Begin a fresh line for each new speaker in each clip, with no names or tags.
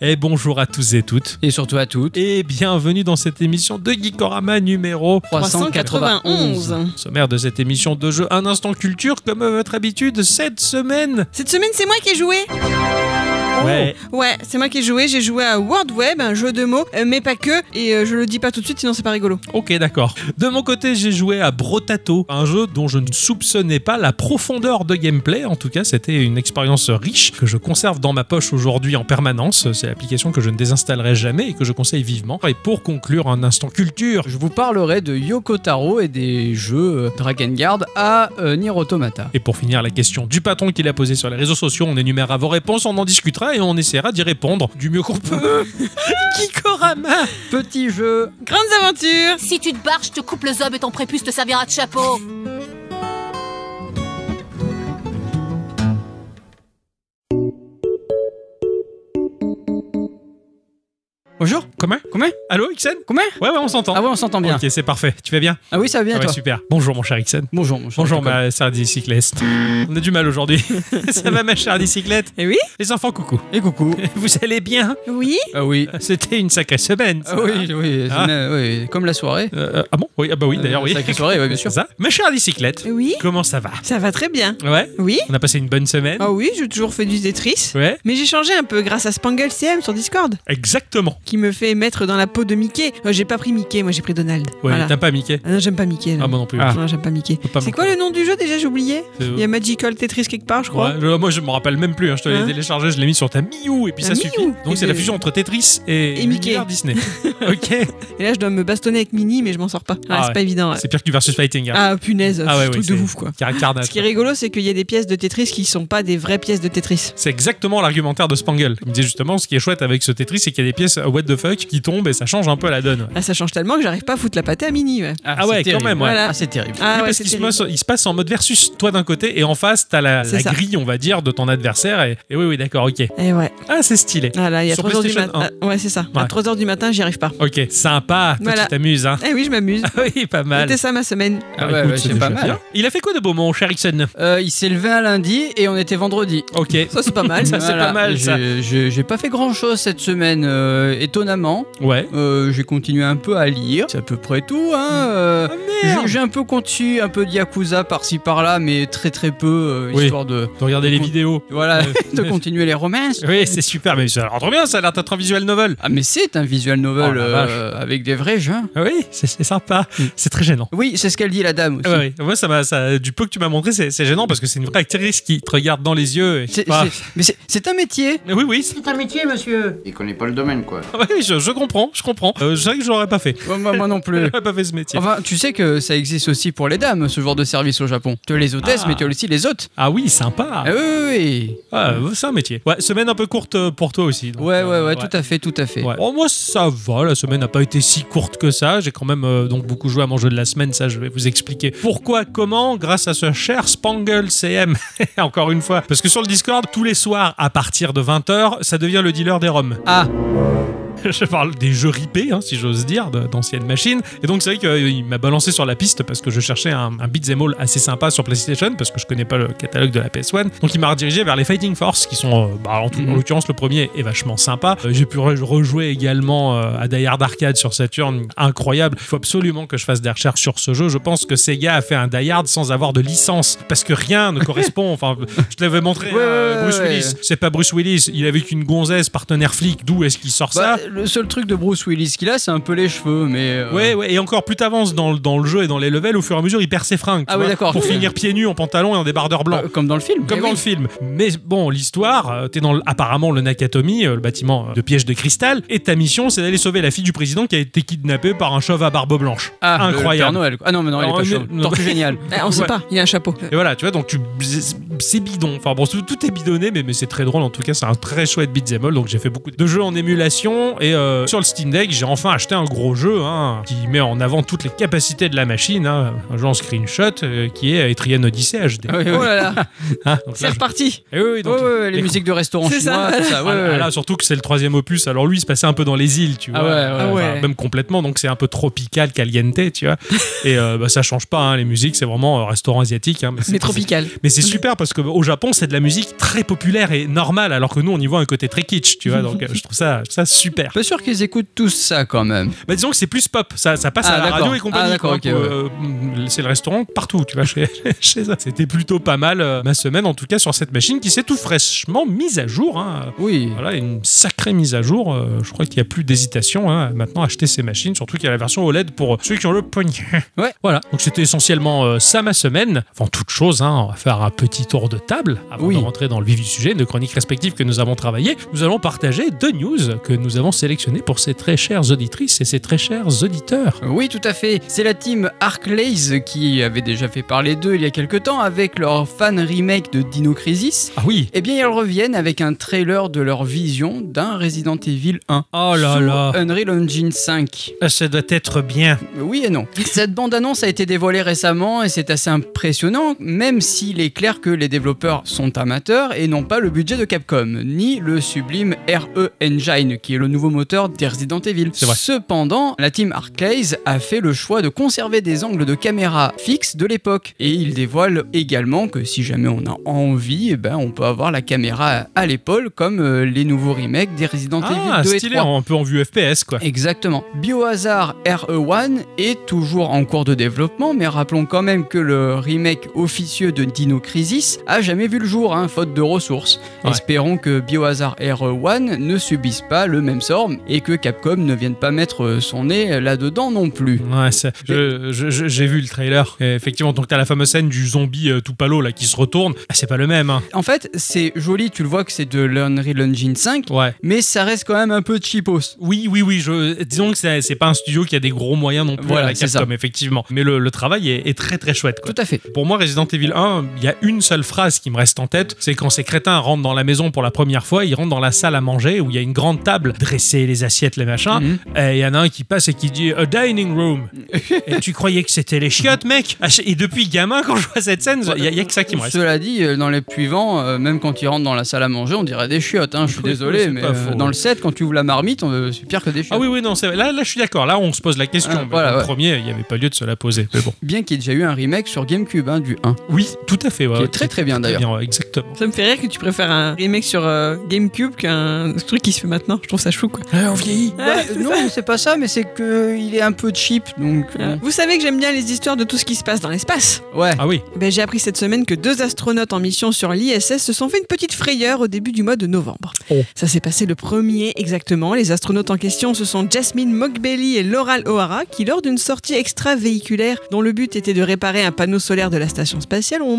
Et bonjour à tous et toutes.
Et surtout à toutes.
Et bienvenue dans cette émission de Geekorama numéro
391.
Sommaire de cette émission de jeu Un instant culture, comme à votre habitude, cette semaine. Oh.
Cette semaine, c'est moi qui ai joué.
Ouais.
Ouais, c'est moi qui ai joué. J'ai joué à World Web, un jeu de mots, euh, mais pas que. Et euh, je le dis pas tout de suite, sinon c'est pas rigolo.
Ok, d'accord. De mon côté, j'ai joué à Brotato, un jeu dont je ne soupçonnais pas la profondeur de gameplay. En tout cas, c'était une expérience riche que je conserve dans ma poche aujourd'hui en permanence. C'est l'application que je ne désinstallerai jamais et que je conseille vivement. Et pour conclure, un instant culture.
Je vous parlerai de Yoko Taro et des jeux euh, Dragon Guard à euh, Nier Automata.
Et pour finir, la question du patron qu'il a posée sur les réseaux sociaux, on énumérera vos réponses, on en discutera et on essaiera d'y répondre du mieux qu'on peut. Kikorama
Petit jeu.
Grandes aventures.
Si tu te barres, je te coupe le zob et ton prépuce te servira de chapeau.
Bonjour.
Comment
Comment
Allô, Ixen
Comment
Ouais, ouais, on s'entend.
Ah ouais, on s'entend bien.
Ok, c'est parfait. Tu vas bien
Ah oui, ça va bien
Ouais,
toi.
super. Bonjour, mon cher Ixen.
Bonjour, mon cher
Bonjour,
Jacob.
ma chère bicyclette. On a du mal aujourd'hui. Ça va, ma chère bicyclette
Et Eh oui
Les enfants, coucou.
Et coucou.
Vous allez bien
Oui.
Ah oui.
C'était une sacrée semaine. ça.
Ah oui, oui, c'est
Ah.
une- euh, oui, comme la soirée.
Euh, ah bon Oui, ah bah oui, d'ailleurs, oui.
Euh, Sacrée soirée, oui, bien sûr.
C'est ça. Ma chère bicyclette,
Oui.
comment ça va
Ça va très bien.
Ouais
Oui.
On a passé une bonne semaine
Ah oui, j'ai toujours fait du Tetris.
Ouais
Mais j'ai changé un peu grâce à Spangle CM sur Discord,
Exactement.
qui me fait mettre dans la peau de Mickey. Euh, j'ai pas pris Mickey, moi j'ai pris Donald.
Ouais,
Voilà.
t'as pas Mickey
Ah non, j'aime pas Mickey. non.
Ah, moi non plus.
Ah. Non, j'aime pas Mickey.
Faut pas
C'est
me-
quoi le nom du jeu déjà J'ai oublié.
C'est-
Il y a Magical Tetris quelque part, je crois.
Ouais, je- moi je me rappelle même plus, hein. je te l'ai
Hein
téléchargé, je l'ai mis sur ta Miou et puis ça
Ta Miou.
suffit.
Et
Donc c'est la
de-
fusion entre Tetris et,
Et Mickey.
l'univers Disney. ok,
Et là, je dois me bastonner avec Mini, mais je m'en sors pas. Ah,
Ah
c'est
ouais.
pas évident. ouais.
c'est pire que du versus fighting. hein.
Ah, punaise,
Ah ouais,
pff,
ouais,
truc de
c'est-
ouf quoi.
Car- carnage.
Ce qui est rigolo, c'est qu'il y a des pièces de Tetris qui sont pas des vraies pièces de Tetris.
C'est exactement l'argumentaire de Spangle. Il me disait justement, ce qui est chouette avec ce Tetris, c'est qu'il y a des pièces euh, what the fuck qui tombent et ça change un peu la donne.
Ah, ça change tellement que j'arrive pas à foutre la pâtée à Mini. Ouais.
Ah ouais, quand
c'est terrible.
même, ouais.
Voilà.
Ah, c'est terrible.
Ah
Oui,
ouais,
parce
c'est
qu'il se,
terrible.
passe- il se passe en mode versus, toi d'un côté, et en face, t'as la,
C'est
la
ça.
grille, on va dire, de ton adversaire. Et, et oui, oui, d'accord, ok.
Eh ouais.
Ah, c'est stylé.
Ah là, il y a
Sur
3h du
PlayStation
matin. Ah, ouais, c'est ça. À
Ouais.
3h du matin, j'y arrive pas.
Ok, sympa, toi,
Voilà.
tu t'amuses, hein.
Eh oui, je m'amuse.
Ah oui, pas mal.
C'était ça ma semaine.
Ah
Alors,
ouais,
écoute,
ouais, c'est
déjà
pas mal.
bien. Il a fait quoi de beau, mon cher Ixon
Euh, il s'est levé un lundi et on était vendredi.
Ok.
Ça, c'est pas mal.
Ça, c'est pas mal,
J'ai-
ça.
J'ai j'ai pas fait grand chose cette semaine, euh, étonnamment.
Ouais.
Euh, j'ai continué un peu à lire, c'est à peu près tout. Hein, euh,
Hmm. Ah, merde.
j'ai- j'ai un peu continué un peu de Yakuza par-ci par-là, mais très très peu, euh,
Oui.
histoire de,
De regarder les vidéos.
voilà,
Ouais.
de continuer les romances.
Oui, c'est super, mais ça rentre bien, ça a l'air d'être un visual novel.
Ah mais c'est un visual novel
Oh, la
euh, avec des vrais gens.
Ah Oui, c'est c'est sympa.
Mm.
C'est très gênant.
Oui, c'est ce qu'elle dit la dame aussi.
Ah ouais, ouais. Moi, ça m'a, ça, du peu que tu m'as montré, c'est c'est gênant parce que c'est une vraie actrice qui te regarde dans les yeux. Et,
C'est-
Ah.
c'est- mais c'est- c'est un métier.
Mais oui, oui, c'est-
C'est un métier, monsieur.
Il connaît pas le domaine, quoi.
oui, je, je comprends, je comprends. Euh, je sais que je l'aurais pas fait.
Ouais, Oh, moi, moi non
Je
plus.
l'aurais pas fait ce métier.
Enfin, tu sais que ça existe aussi pour les dames, ce genre de service au Japon. Tu as les hôtesses,
Ah.
mais tu as aussi les hôtes.
Ah oui, sympa.
Ah oui, oui,
Ah, euh, c'est un métier. Ouais, semaine un peu courte euh, pour toi aussi. euh,
oui. Ouais, ouais, ouais, tout à fait, tout à fait.
Oh, moi ça va, la semaine n'a pas été si courte que ça. J'ai quand même euh, donc beaucoup joué à mon jeu de la semaine, ça je vais vous expliquer pourquoi, comment, grâce à ce cher Spangle CM. Encore une fois, parce que sur le Discord, tous les soirs à partir de 20h, ça devient le dealer des roms.
Ah,
je parle des jeux ripés, hein, si j'ose dire, de- d'anciennes machines. Et donc, c'est vrai qu'il m'a balancé sur la piste parce que je cherchais un, un beat'em all assez sympa sur PlayStation parce que je connais pas le catalogue de la PS1. Donc, il m'a redirigé vers les Fighting Force qui sont, euh, bah, en, tout-
Mhm.
en l'occurrence, le premier est vachement sympa. Euh, J'ai pu re- rejouer également euh, à Die Hard Arcade sur Saturn, incroyable. Il faut absolument que je fasse des recherches sur ce jeu. Je pense que Sega a fait un Die Hard sans avoir de licence parce que rien ne correspond. Enfin, je te l'avais montré,
Ouais, ouais,
euh, Bruce
ouais, ouais.
Willis. C'est pas Bruce Willis, il avait qu'une gonzesse partenaire flic. D'où est-ce qu'il sort ça
bah, le seul truc de Bruce Willis qu'il a, c'est un peu les cheveux, mais. euh,
Ouais, ouais, et encore plus t'avances dans, le- dans le jeu et dans les levels, au fur et à mesure, il perd ses fringues. tu
Ah ouais,
vois,
d'accord.
Pour
Ouais.
finir pieds nus en pantalon et en débardeur blanc.
euh, comme dans le film.
Comme
Eh
dans
oui.
le film. Mais bon, l'histoire, euh, t'es dans le- apparemment le Nakatomi, euh, le bâtiment euh, de piège de cristal, et ta mission, c'est d'aller sauver la fille du président qui a été kidnappée par un chauve à barbe blanche.
Ah, le- le Père
Incroyable.
Noël. quoi. Ah non, mais non, il est
Alors,
pas
mais-
chauve.
non.
Tortue géniale.
Ah, on sait
Ouais.
pas, il a un chapeau.
Et voilà, tu vois, donc tu c'est bidon. Enfin bon, tout, tout est bidonné, mais, mais c'est très drôle. En tout cas, c'est un très chouette beat'em all. Donc j'ai fait beaucoup de jeux en émulation. Et euh, sur le Steam Deck, j'ai enfin acheté un gros jeu hein, qui met en avant toutes les capacités de la machine. hein. un jeu en screenshot euh, qui est Etrian Odyssey HD.
Ah oui, oui.
Oh là là,
Hein, donc
c'est
là, je-
reparti.
Eh oui, oui, donc-
Ouais, ouais, ouais, les,
les-
musiques de restaurant
C'est
chinois,
ça.
tout ça. ouais,
Ah,
ouais,
là,
ouais.
là, surtout que c'est le troisième opus. Alors lui, il se passait un peu dans les îles, tu
Ah
vois.
ouais, ouais,
Enfin,
ouais.
Même complètement. Donc c'est un peu tropical, caliente, tu vois. et euh, bah, ça change pas. hein, les musiques, c'est vraiment euh, restaurant asiatique. hein, mais c'est-
Mais tropical.
mais c'est super parce parce qu'au Japon, c'est de la musique très populaire et normale, alors que nous, on y voit un côté très kitsch, tu vois. Donc, euh, je trouve ça, je trouve ça super.
Pas sûr qu'ils écoutent tous ça quand même.
Bah, disons que c'est plus pop, ça, ça passe
Ah,
à la
d'accord.
radio et compagnie.
Ah, d'accord,
quoi.
ok, ouais.
Euh, mm, c'est le restaurant partout, tu vois, chez, chez eux. C'était plutôt pas mal euh, ma semaine, en tout cas, sur cette machine qui s'est tout fraîchement mise à jour. hein.
Oui.
Voilà, une sacrée mise à jour. euh, je crois qu'il n'y a plus d'hésitation hein, à maintenant acheter ces machines, surtout qu'il y a la version OLED pour ceux qui ont le poignet.
Ouais.
Voilà, donc c'était essentiellement euh, ça ma semaine. Avant toute chose, hein, on va faire un petit tour de table avant
Oui.
de rentrer dans le vif du sujet, nos chroniques respectives que nous avons travaillées. Nous allons partager deux news que nous avons sélectionnées pour ces très chères auditrices et ces très chers auditeurs.
Oui, tout à fait. C'est la team Arclays qui avait déjà fait parler d'eux il y a quelques temps avec leur fan remake de Dino Crisis.
Ah oui
Eh bien, ils reviennent avec un trailer de leur vision d'un Resident Evil 1.
Oh là
sur
là
Unreal Engine 5.
Euh, Ça doit être bien.
Oui et non. Cette bande-annonce a été dévoilée récemment et c'est assez impressionnant, même s'il est clair que les développeurs sont amateurs et n'ont pas le budget de Capcom, ni le sublime RE Engine, qui est le nouveau moteur des Resident Evil.
C'est vrai.
Cependant, la team Arclays a fait le choix de conserver des angles de caméra fixes de l'époque. Et ils dévoilent également que si jamais on a envie, eh ben, on peut avoir la caméra à l'épaule, comme euh, les nouveaux remakes des Resident
Ah,
Evil 2 et
stylé,
3.
un peu en vue FPS quoi.
Exactement. Biohazard RE1 est toujours en cours de développement, mais rappelons quand même que le remake officieux de Dino Crisis a jamais vu le jour, hein, faute de ressources.
Ouais.
Espérons que Biohazard RE1 ne subisse pas le même sort et que Capcom ne vienne pas mettre son nez là-dedans non plus.
Ouais, c'est- je- je- je- j'ai vu le trailer. Et effectivement, donc t'as la fameuse scène du zombie euh, tout palo là qui se retourne. Ah, c'est pas le même. hein.
En fait, c'est joli, tu le vois que c'est de l'Unreal Engine 5,
Ouais.
mais ça reste quand même un peu cheapos.
Oui, oui, oui. Je... Disons que c'est c'est pas un studio qui a des gros moyens non plus.
Voilà,
à la
c'est
Capcom, effectivement. Mais le, le travail est, est très très chouette. Quoi.
Tout à fait.
Pour moi, Resident Evil 1, il y a une seule phrase qui me reste en tête, c'est quand ces crétins rentrent dans la maison pour la première fois, ils rentrent dans la salle à manger où il y a une grande table dressée, les assiettes, les machins,
Mhm.
et il y en a un qui passe et qui dit A dining room. et tu croyais que c'était les chiottes, mec Ah, Et depuis gamin, quand je vois cette scène, il y a- il y a que ça qui me reste.
Cela dit, euh, dans les puits-vents, euh, même quand ils rentrent dans la salle à manger, on dirait des chiottes. hein, je suis
Oui,
désolé,
c'est
mais
pas
euh,
faux,
dans
oui.
le set, quand tu ouvres la marmite, on- euh, c'est pire que des chiottes.
Ah oui, oui, non, c'est- là, là, je suis d'accord. Là, on se pose la question.
Ah,
mais
voilà,
dans le
ouais.
premier, il n'y avait pas lieu de se la poser. Mais bon.
Bien qu'il y ait déjà eu un remake sur GameCube hein, du 1,
Oui, tout à fait. Bah ouais,
qui
ouais,
est très très bien d'ailleurs.
ouais, exactement.
Ça me fait rire que tu préfères un remake sur euh, GameCube qu'un truc qui se fait maintenant. Je trouve ça chou quoi.
on vieillit.
Bah, euh, non, c'est pas ça, mais c'est que il est un peu cheap, donc
Voilà. Vous savez que j'aime bien les histoires de tout ce qui se passe dans l'espace.
euh, ouais.
Ah oui,
Ben, j'ai appris cette semaine que deux astronautes en mission sur l'ISS se sont fait une petite frayeur au début du mois de novembre.
Oh.
Ça s'est passé le 1er exactement. Les astronautes en question, ce sont Jasmine Mogbelli et Laura O'Hara qui, lors d'une sortie extra-véhiculaire dont le but était de réparer un panneau solaire de la station spatiale, ont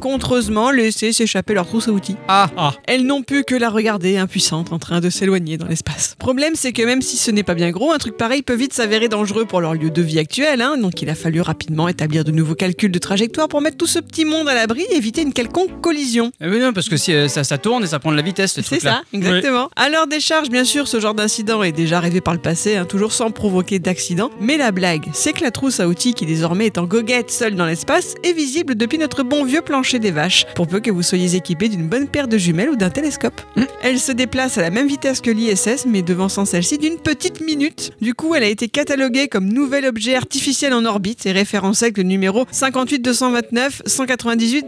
malencontreusement laissé s'échapper leur trousse à outils.
Ah,
Elles n'ont pu que la regarder, impuissante, en train de s'éloigner dans l'espace. Problème, c'est que même si ce n'est pas bien gros, un truc pareil peut vite s'avérer dangereux pour leur lieu de vie actuel, hein, donc il a fallu rapidement établir de nouveaux calculs de trajectoire pour mettre tout ce petit monde à l'abri et éviter une quelconque collision.
Eh ben non, parce que si, euh, ça, ça tourne et ça prend de la vitesse, ce
C'est
truc-là.
ça, exactement. À leur décharge, bien sûr, ce genre d'incident est déjà arrivé par le passé, hein, toujours sans provoquer d'accident, mais la blague, c'est que la trousse à outils qui désormais est en goguette seule dans l'espace est visible depuis notre bon vieux plancher des vaches, pour peu que vous soyez équipé d'une bonne paire de jumelles ou d'un télescope. Elle se déplace à la même vitesse que l'ISS, mais devançant celle-ci d'une petite minute. Du coup, elle a été cataloguée comme nouvel objet artificiel en orbite et référencée avec le numéro 58229 198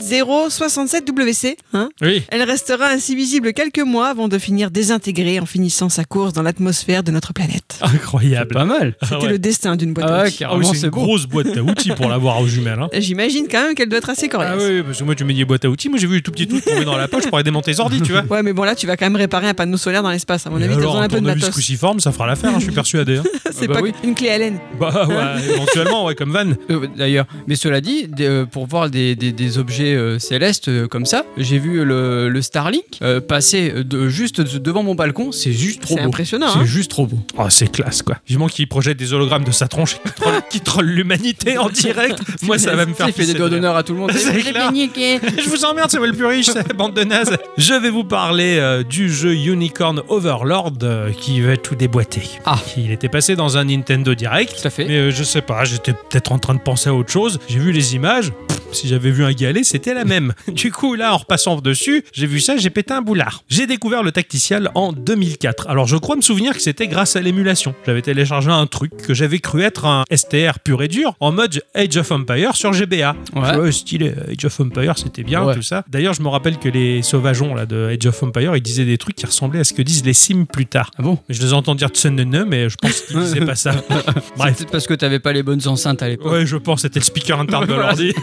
067 WC. Hein
oui.
elle restera ainsi visible quelques mois avant de finir désintégrée en finissant sa course dans l'atmosphère de notre planète.
Incroyable.
Pas mal.
Ah
C'était
ouais.
le destin d'une boîte
Ah
à
ouais,
outils.
Ah oui,
carrément,
c'est
c'est
une
beau.
grosse boîte à outils pour l'avoir aux jumelles. hein.
J'imagine quand même qu'elle doit être assez coriace.
Ah oui, parce que moi tu me dis boîte à outils, moi j'ai vu les tout petits trucs tomber dans la poche pour aller démonter les ordi, tu vois.
Ouais, mais bon, là, tu vas quand même réparer un panneau solaire dans l'espace. À mon
Et
avis, t'as
alors,
besoin
un
d'un peu de
tournevis
matos.
cruciforme, ça fera l'affaire, hein, je suis persuadé. hein.
C'est
bah
pas
oui.
une clé à laine.
Bah ouais, éventuellement, ouais, comme van.
Euh, D'ailleurs, mais cela dit, des- euh, pour voir des, des- des objets euh, célestes euh, comme ça, j'ai vu le, le Starlink euh, passer de, juste de- devant mon balcon, c'est juste trop
C'est
beau.
impressionnant.
C'est
hein.
juste trop beau.
Oh, c'est classe quoi. Vivement qu'il projette des hologrammes de sa tronche et qu'il troll, qu'il troll l'humanité en direct. Moi ça va me faire
Il fait des
pisser de
doigts
rire.
d'honneur à tout le monde.
C'est clair. Je vous emmerde, c'est moi le plus riche, bande de nazes. Je vais vous parler euh, du jeu Unicorn Overlord euh, qui va tout déboîter.
Ah.
Il était passé dans un Nintendo Direct.
Tout à fait.
Mais euh, je sais pas, j'étais peut-être en train de penser à autre chose. J'ai vu les images. Pff, Si j'avais vu un galet, c'était la même. Du coup, là, en repassant dessus, j'ai vu ça, j'ai pété un boulard. J'ai découvert le Tacticial en 2004. Alors, je crois me souvenir que c'était grâce à l'émulation. J'avais téléchargé un truc que j'avais cru être un STR pur et dur en mode Age of Empire sur GBA.
Ouais.
Tu vois, style Age of Empire, c'était c'était bien,
Ouais.
tout ça. D'ailleurs, je me rappelle que les sauvageons là, de Age of Empire, ils disaient des trucs qui ressemblaient à ce que disent les Sims plus tard.
Ah bon
Mais je les entends dire Tsunene, mais je pense qu'ils disaient pas ça.
C'est
Bref.
peut-être parce que t'avais pas les bonnes enceintes à l'époque.
Ouais, je pense, c'était le speaker interne de
Voilà.
l'ordi.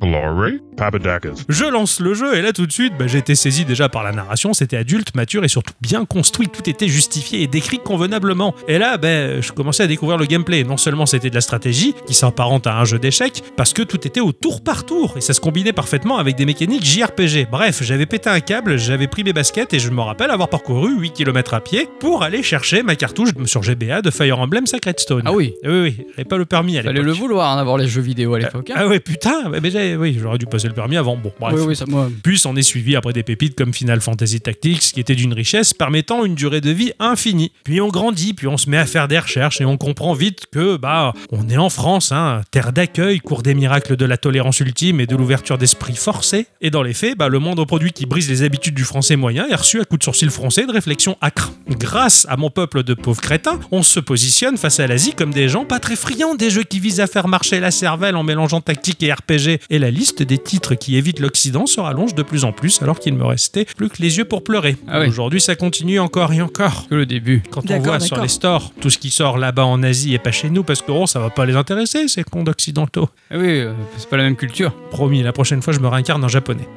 Glory, Papadakis,
Je lance le jeu et là tout de suite, bah, j'ai été saisi déjà par la narration, c'était adulte, mature et surtout bien construit, tout était justifié et décrit convenablement. Et là, bah, je commençais à découvrir le gameplay. Non seulement c'était de la stratégie, qui s'apparente à un jeu d'échecs, parce que tout était au tour par tour et ça se combinait parfaitement avec des mécaniques JRPG. Bref, j'avais pété un câble, j'avais pris mes baskets et je me rappelle avoir parcouru 8 km à pied pour aller chercher ma cartouche sur GBA de Fire Emblem Sacred Stone.
Ah oui,
oui, oui, j'avais pas le permis à
fallait le
l'époque.
vouloir en avoir les jeux vidéo à l'époque. hein.
Ah ouais, putain, mais j'ai- oui, j'aurais dû passer le permis avant. Bon, bref.
oui, oui, ça, moi,
Puis s'en est suivi après des pépites comme Final Fantasy Tactics, qui était d'une richesse permettant une durée de vie infinie. Puis on grandit, puis on se met à faire des recherches et on comprend vite que, bah, on est en France, hein, terre d'accueil, cours des miracles de la tolérance ultime et de l'ouverture d'esprit forcée. Et dans les faits, bah, le moindre produit qui brise les habitudes du français moyen est reçu à coups de sourcil français de réflexion acre. Grâce à mon peuple de pauvres crétins, on se positionne face à l'Asie comme des gens pas très friands des jeux qui visent à faire marcher la cervelle en mélangeant tactique et RPG. Et la liste des titres qui évitent l'Occident se rallonge de plus en plus alors qu'il me restait plus que les yeux pour pleurer.
Ah oui.
Aujourd'hui, ça continue encore et encore.
que le début.
Quand on
D'accord,
voit sur
d'accord.
les stores tout ce qui sort là-bas en Asie et pas chez nous parce que oh, ça va pas les intéresser, ces cons d'occidentaux.
Ah oui, euh, c'est pas la même culture.
Promis, la prochaine fois, je me réincarne en japonais.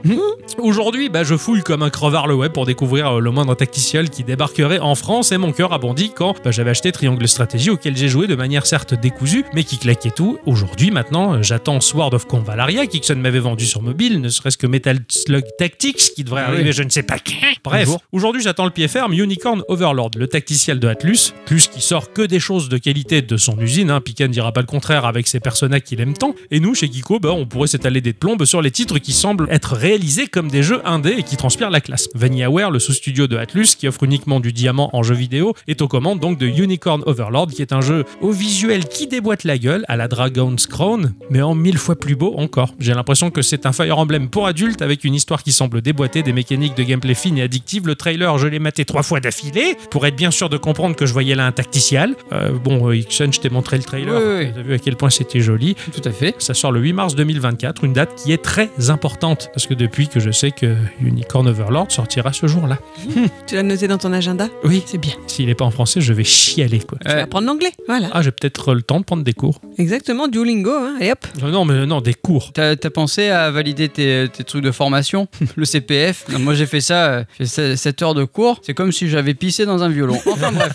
Aujourd'hui, bah, je fouille comme un crevard le web pour découvrir euh, le moindre tacticiel qui débarquerait en France et mon cœur a bondi quand bah, j'avais acheté Triangle Strategy auquel j'ai joué de manière certes décousue mais qui claquait tout. Aujourd'hui, maintenant, euh, j'attends Sword of Convalaria qu'Ixon m'avait vendu sur mobile, ne serait-ce que Metal Slug Tactics qui devrait
Ah oui.
arriver je ne sais pas quand. Bref,
Bonjour.
aujourd'hui, j'attends le pied ferme Unicorn Overlord, le tacticiel de Atlus, plus qui sort que des choses de qualité de son usine, hein, Pika ne dira pas le contraire avec ses personnages qu'il aime tant, et nous, chez Geeko, bah, on pourrait s'étaler des plombes sur les titres qui semblent être réalisés comme des jeux indés et qui transpirent la classe. VanillaWare, le sous-studio de Atlus, qui offre uniquement du diamant en jeu vidéo, est aux commandes donc de Unicorn Overlord, qui est un jeu au visuel qui déboîte la gueule à la Dragon's Crown, mais en mille fois plus beau encore. J'ai l'impression que c'est un Fire Emblem pour adultes avec une histoire qui semble déboîter, des mécaniques de gameplay fines et addictives. Le trailer, je l'ai maté trois fois d'affilée pour être bien sûr de comprendre que je voyais là un tacticial. Euh, bon, euh, Ixon, je t'ai montré le trailer.
Oui, oui.
T'as vu à quel point c'était joli.
Tout à fait.
Ça sort le 8 mars 2024, une date qui est très importante parce que depuis que je sais que Unicorn Overlord sortira ce jour-là.
Tu l'as noté dans ton agenda
Oui.
C'est bien.
S'il n'est pas en français, je vais chialer quoi.
Tu
Ouais.
vas apprendre l'anglais. Voilà.
Ah, j'ai peut-être le temps de prendre des cours. Euh,
Exactement, Duolingo. Hein. Allez hop.
Non, non, mais non, des cours.
T'as t'as pensé à valider tes, tes trucs de formation Le CPF Non, Moi j'ai fait ça, euh, j'ai fait 7 heures de cours, c'est comme si j'avais pissé dans un violon. Enfin bref.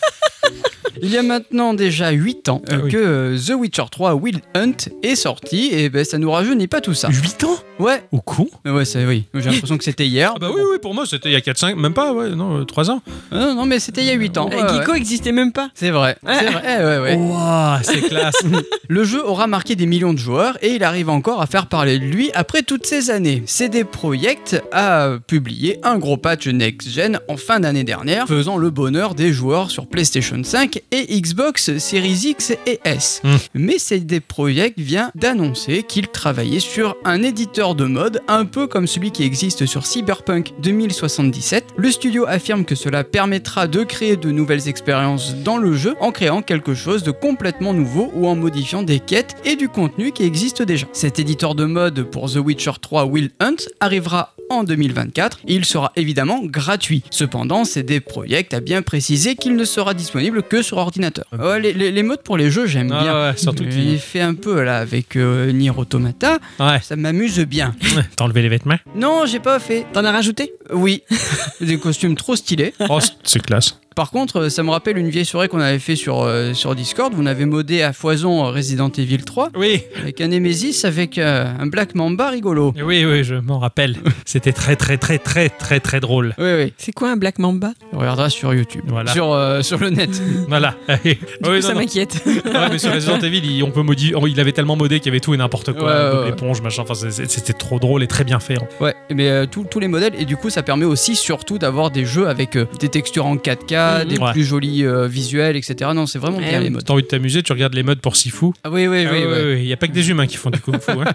Il y a maintenant déjà 8 ans euh,
Ah oui.
que euh, The Witcher 3 Wild Hunt est sorti et ben, ça nous rajeunit pas tout ça.
8 ans
Ouais,
Au con
mais ouais, c'est oui. J'ai l'impression que c'était hier.
Ah bah oui, oui, pour moi c'était il y a 4-5, même pas, ouais, non, 3 ans.
Ah Non, non, mais c'était il y a 8 ans.
Eh,
Ouais, ouais.
Geeko existait même pas.
C'est vrai, c'est vrai. Eh, ouais,
Oh.
ouais.
Ouah, c'est classe.
Le jeu aura marqué des millions de joueurs et il arrive encore à faire parler de lui après toutes ces années. CD Projekt a publié un gros patch next-gen en fin d'année dernière, faisant le bonheur des joueurs sur PlayStation 5 et Xbox Series X et S.
Mm.
Mais CD Projekt vient d'annoncer qu'il travaillait sur un éditeur de mode un peu comme celui qui existe sur Cyberpunk 2077. Le studio affirme que cela permettra de créer de nouvelles expériences dans le jeu en créant quelque chose de complètement nouveau ou en modifiant des quêtes et du contenu qui existe déjà. Cet éditeur de mode pour The Witcher 3 Will Hunt arrivera en 2024 et il sera évidemment gratuit. Cependant, CD Projekt a bien précisé qu'il ne sera disponible que sur ordinateur. Ouais, les, les- les modes pour les jeux, j'aime bien.
Ah ouais, surtout
Je l'ai
qu'il.
fait un peu là avec euh, Nier Automata,
Ouais,
ça m'amuse bien.
t'as enlevé les vêtements
Non, j'ai pas fait.
T'en as rajouté
Oui, des costumes trop stylés.
Oh, c'est classe.
Par contre, euh, ça me rappelle une vieille soirée qu'on avait fait sur, euh, sur Discord. Vous n'avez modé à foison euh, Resident Evil 3
Oui,
avec un Nemesis avec euh, un Black Mamba rigolo.
oui, oui, je m'en rappelle. C'était très, très, très, très, très, très drôle.
Oui, oui,
C'est quoi un Black Mamba
on regardera sur YouTube,
Voilà.
sur, euh, sur le net.
Voilà. Oui,
Du
non,
coup, ça
non.
m'inquiète.
Ouais, mais sur Resident Evil, il, on peut modifier. oh, il avait tellement modé qu'il y avait tout et n'importe quoi.
Ouais, ouais,
double
ouais.
éponge, machin. Enfin, c'est- c'est- c'était trop drôle et très bien fait. hein.
Ouais, mais euh, tous- tous les modèles, et du coup, ça permet aussi surtout d'avoir des jeux avec euh, des textures en 4K, manga,
Mhm.
des
Ouais.
plus jolis euh, visuels, etc. Non, c'est vraiment
Eh
bien
oui.
les
Si
modes.
T'as envie de t'amuser, tu regardes les modes pour Sifu.
Ah oui, oui,
Ah
oui.
oui,
ouais.
oui, Il n'y a pas que des humains qui font du kung fu. hein.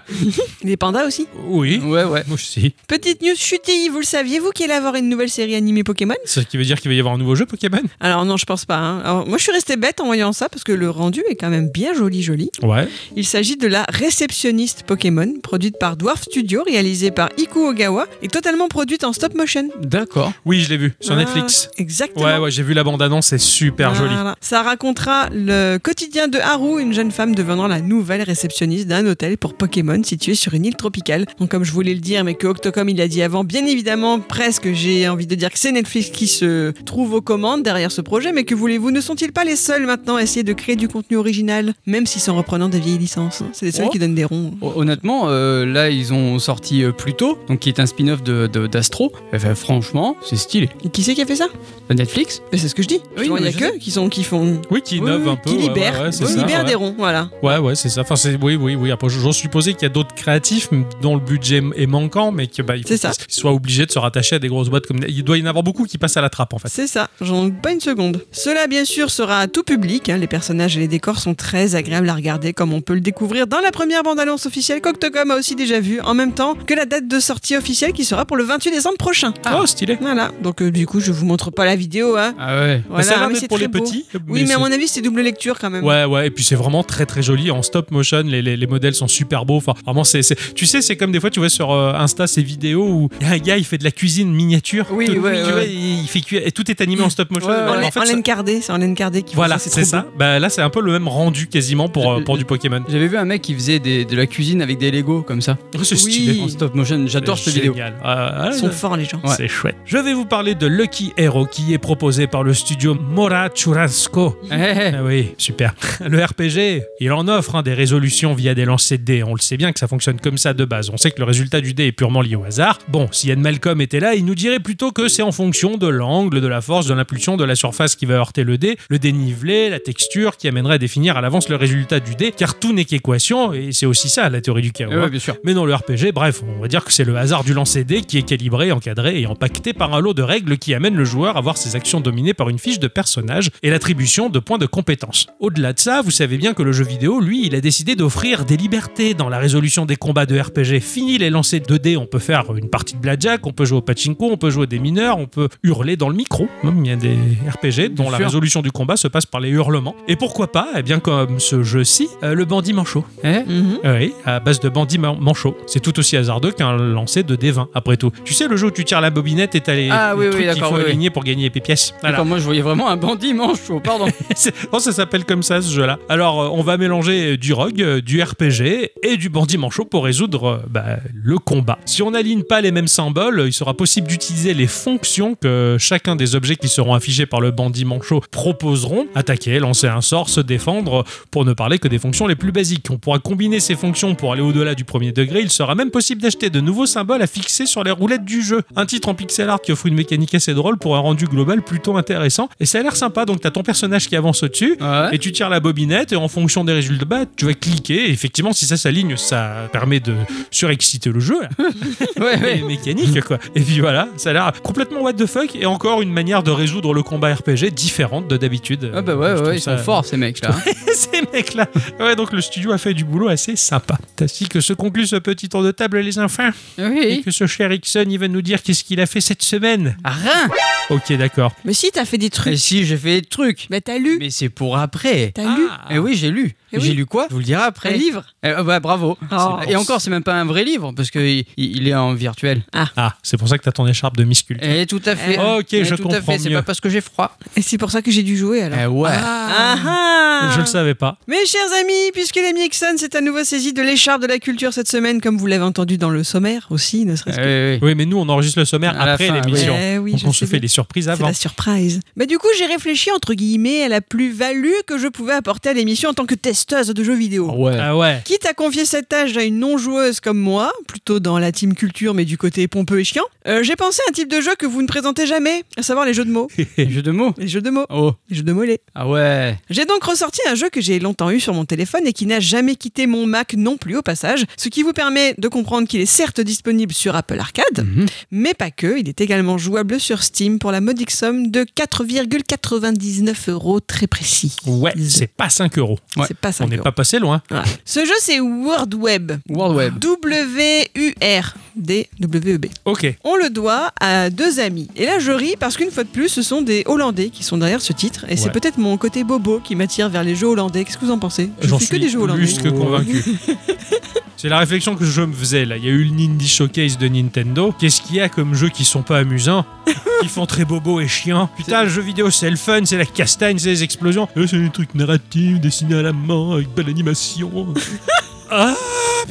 Les pandas aussi.
Oui.
Ouais, ouais.
Moi aussi.
Petite news chutie, vous le saviez, vous qu'il allait avoir une nouvelle série animée Pokémon
Ce qui veut dire qu'il va y avoir un nouveau jeu Pokémon
Alors non, je pense pas. hein. Alors, moi, je suis restée bête en voyant ça parce que le rendu est quand même bien joli, joli.
Ouais.
Il s'agit de la réceptionniste Pokémon, produite par Dwarf Studio, réalisée par Iku Ogawa et totalement produite en stop motion.
D'accord.
Oui, je l'ai vu sur
Ah,
Netflix.
Exactement. Ah.
Ouais, ouais, j'ai vu la bande-annonce, c'est super joli.
Voilà. Ça racontera le quotidien de Haru, une jeune femme devenant la nouvelle réceptionniste d'un hôtel pour Pokémon situé sur une île tropicale. Donc comme je voulais le dire, mais que Octocom il a dit avant, bien évidemment, presque j'ai envie de dire que c'est Netflix qui se trouve aux commandes derrière ce projet, mais que voulez-vous, ne sont-ils pas les seuls maintenant à essayer de créer du contenu original, même s'ils sont reprenant des vieilles licences hein? C'est les seuls
Oh.
qui donnent des ronds.
Hon- Honnêtement, euh, là, ils ont sorti euh, Pluto, donc qui est un spin-off d'Astro. De, d'Astro. Enfin, franchement, c'est stylé.
Et qui c'est qui a fait ça
Netflix
Mais c'est ce que je dis.
Oui,
Justement, il y a
mais je
que qui sont qui font
Oui, qui innove
Oui,
un peu.
qui
ouais,
libèrent,
ouais, ouais, c'est
qui
ça,
libèrent
ouais.
des ronds, voilà.
Ouais, ouais, c'est ça. Enfin, c'est oui, oui, oui. Après, j'ose supposer qu'il y a d'autres créatifs dont le budget est manquant, mais que bah, il faut
C'est ça.
qu'ils soient obligés de se rattacher à des grosses boîtes comme. Il doit y en avoir beaucoup qui passent à la trappe, en fait.
C'est ça, j'en doute pas une seconde. Cela, bien sûr, sera à tout public. hein. Les personnages et les décors sont très agréables à regarder, comme on peut le découvrir dans la première bande-annonce officielle qu'Octocom a aussi déjà vue, en même temps que la date de sortie officielle qui sera pour le 28 décembre prochain.
Oh, stylé.
Voilà, donc euh, du coup, je vous montre pas la vidéo. Hein.
Ah ouais.
Bah,
Voilà,
ça a l'air
mais
d'être
c'est
pour
très
les
beau.
petits.
Oui, mais à
c'est-
mon avis, c'est double lecture quand même.
Ouais, ouais, et puis c'est vraiment très très joli en stop motion. Les, les, les modèles sont super beaux. Enfin, vraiment, c'est, c'est- tu sais, c'est comme des fois, tu vois sur euh, Insta ces vidéos où il y a un gars, il fait de la cuisine miniature.
Oui,
Tout-
ouais,
tu
ouais.
vois, il il fait cuire et tout est animé en stop motion.
Ouais, ouais.
Alors,
En,
en fait,
en
ça-
laine cardée, c'est en laine cardée qui
voilà,
fait ça,
c'est
trop
ça. Bah, là, c'est un peu le même rendu quasiment pour, euh, pour du Pokémon.
J'avais vu un mec qui faisait des- de la cuisine avec des Lego comme ça.
Oh, C'est stylé.
En stop motion, j'adore cette vidéo.
Génial. Ah, ah,
beau. Ils sont forts, les gens.
Ouais.
C'est chouette. Je vais vous parler de Lucky Hero qui est proposé par le studio Mora Churrasco.
Eh, eh,
Ah oui, super. Le RPG, il en offre hein, des résolutions via des lancers de dés. On le sait bien que ça fonctionne comme ça de base. On sait que le résultat du dé est purement lié au hasard. Bon, si Ian Malcolm était là, il nous dirait plutôt que c'est en fonction de l'angle, de la force, de l'impulsion, de la surface qui va heurter le dé, le dénivelé, la texture qui amènerait à définir à l'avance le résultat du dé, car tout n'est qu'équation, et c'est aussi ça la théorie du chaos.
eh,
hein.
ouais, bien sûr.
Mais dans le RPG, bref, on va dire que c'est le hasard du lancer dé qui est calibré, encadré et empaqueté par un lot de règles qui amène le joueur à voir ses actions dominées par une fiche de personnage et l'attribution de points de compétence. Au-delà de ça, vous savez bien que le jeu vidéo, lui, il a décidé d'offrir des libertés dans la résolution des combats de RPG. Fini les lancers de dés, on peut faire une partie de blackjack, on peut jouer au pachinko, on peut jouer des mineurs, on peut hurler dans le micro. Même il y a des RPG dont
Bien
la
sûr.
résolution du combat se passe par les hurlements. Et pourquoi pas, eh bien comme ce jeu-ci, euh, le bandit manchot.
Eh
Mhm.
Euh, Oui, à base de bandits man- manchots. C'est tout aussi hasardeux qu'un lancer de D20, après tout. Tu sais, le jeu où tu tires la bobinette et t'as les,
Ah
les
oui, oui,
trucs qu'il
d'accord,
faut
oui, oui.
aligner pour gagner des pièces. Voilà.
D'accord, moi je voyais vraiment un bandit manchot, pardon.
C'est- non, ça s'appelle comme ça, ce jeu-là. Alors, euh, on va mélanger du rogue, euh, du RPG et du bandit manchot pour résoudre euh, bah, le combat. Si on n'aligne pas les mêmes symboles, euh, il sera possible d'utiliser les fonctions que chacun des objets qui seront affichés par le bandit manchot proposeront. Attaquer, lancer un sort, se défendre, pour ne parler que des fonctions les plus basiques. On pourra combiner ces fonctions pour aller au-delà du premier degré. Il sera même possible d'acheter de nouveaux symboles à fixer sur les roulettes du jeu. Un titre en pixel art qui offre une mécanique assez drôle pour un rendu global plutôt intéressant. Et ça a l'air sympa, donc t'as ton personnage qui avance au-dessus.
Ouais.
Et tu tires la bobinette et en fonction des résultats, bah, tu vas cliquer. Et effectivement, si ça s'aligne, ça permet de surexciter le jeu.
ouais, ouais.
Et euh, mécanique quoi. Et puis voilà, ça a l'air complètement what the fuck et encore une manière de résoudre le combat RPG différente de d'habitude.
Ah bah ouais,
Je
ouais,
trouve
ils
ça-
sont forts ces hein. mecs là.
ces mecs-là. Ouais, donc le studio a fait du boulot assez sympa. C'est ainsi que se conclut ce petit tour de table, les enfants. Et
oui.
que ce cher Ixon, il va nous dire qu'est-ce qu'il a fait cette semaine.
Ah, rien.
Ok, d'accord.
Mais si, t'as fait des
Mais
trucs.
si, j'ai fait des trucs.
Mais t'as lu.
Mais c'est pour après.
T'as lu
Ah,
Eh oui, j'ai lu.
Eh
J'ai
oui.
lu quoi Je vous le dirai après.
un livre.
Eh, ah bah, bravo.
Oh.
Et encore, c'est même pas un vrai livre parce que il, il est en virtuel.
Ah, c'est pour ça que t'as ton écharpe de miscule.
Eh tout à fait.
Ok,
Eh,
je
tout à
comprends
fait. C'est
mieux.
pas parce que j'ai froid.
Et c'est pour ça que j'ai dû jouer alors.
Eh ouais.
Ah ah
Je le savais pas.
Mes chers amis, puisque l'ami Exxon s'est à nouveau saisi de l'écharpe de la culture cette semaine, comme vous l'avez entendu dans le sommaire aussi, ne
Eh
serait-ce que.
oui, oui.
Oui, mais nous, on enregistre le sommaire
À la
après
fin,
l'émission.
Eh oui,
Donc
je
on se
sais
fait
bien.
des surprises
C'est
avant.
la surprise. Mais du coup, j'ai réfléchi entre guillemets à la plus-value que je pouvais apporter à l'émission en tant que testeuse de jeux vidéo.
Ouais.
Ah ouais.
Quitte à confier cette tâche à une non-joueuse comme moi, plutôt dans la team culture mais du côté pompeux et chiant, euh, j'ai pensé à un type de jeu que vous ne présentez jamais, à savoir les jeux de mots.
Ah, Jeu de mots.
Les jeux de mots.
Oh.
Les jeux de mollets.
Ah ouais.
J'ai donc ressorti un jeu que j'ai longtemps eu sur mon téléphone et qui n'a jamais quitté mon Mac non plus au passage, ce qui vous permet de comprendre qu'il est certes disponible sur Apple Arcade,
Mhm.
mais pas que, il est également jouable sur Steam pour la modique somme de de 4,99 euros très précis.
Ouais, c'est pas 5 euros.
Ouais.
C'est pas 5
On n'est
euros.
pas passé loin.
Voilà. Ce jeu, c'est World Web.
World Web.
W-U-R-D-W-E-B.
Ok.
On le doit à deux amis. Et là, je ris parce qu'une fois de plus, ce sont des Hollandais qui sont derrière ce titre. Et c'est
Ouais.
peut-être mon côté bobo qui m'attire vers les jeux hollandais. Qu'est-ce que vous en pensez Je
J'en
fais
suis
que des jeux hollandais.
plus que convaincu. C'est la réflexion que je me faisais là. Il y a eu le Nindy Showcase de Nintendo. Qu'est-ce qu'il y a comme jeux qui sont pas amusants Qui font très bobo et chiant Putain, le jeu vidéo, c'est le fun, c'est la castagne, c'est les explosions. Euh, c'est des trucs narratifs, dessinés à la main, avec belle animation. ah,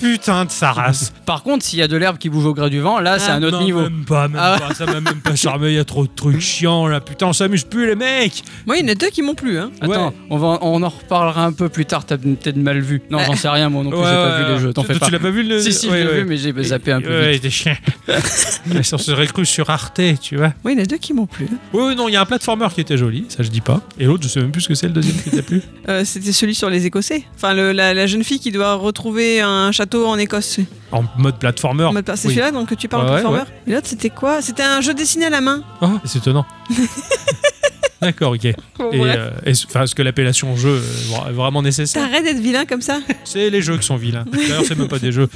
putain de sa
Ah.
race.
Par contre, s'il y a de l'herbe qui bouge au gré du vent, là, c'est
Ah,
un autre
Non,
niveau.
Même pas, même
Ah.
pas. Ça m'a même pas charmé. Il y a trop de trucs chiants là. Putain, on s'amuse plus, les mecs.
Moi, il y en a deux qui m'ont plu. Hein.
Attends,
Ouais.
on, va, on en reparlera un peu plus tard. T'as peut-être mal vu. Non, j'en sais rien, moi non plus, j'ai pas vu les jeux. T'en
Toi,
fais pas.
Tu l'as pas vu le
Si, si,
Ouais,
je l'ai
ouais.
vu, mais j'ai zappé un peu
Ouais,
vite.
des chiens. Mais on serait cru sur Arte, tu vois.
Moi, il y en a deux qui m'ont plu.
Oui, oui, non, il y a un platformer qui était joli, ça je dis pas. Et l'autre, je sais même plus ce que c'est le deuxième qui t'a plu.
Euh, C'était celui sur les Écossais. Enfin, le- la, la jeune fille qui doit retrouver un château en Écosse.
En mode platformer.
En mode- C'est
oui.
celui-là donc que tu parles
Ouais,
de
ouais,
performer. Et l'autre, c'était quoi C'était un jeu dessiné à la main.
Ah, c'est étonnant. D'accord, ok. Et
Bon, bref.
euh, est-ce enfin, est-ce que l'appellation jeu est vra- vraiment nécessaire
T'arrêtes d'être vilain comme ça
C'est les jeux qui sont vilains. D'ailleurs, c'est même pas des jeux.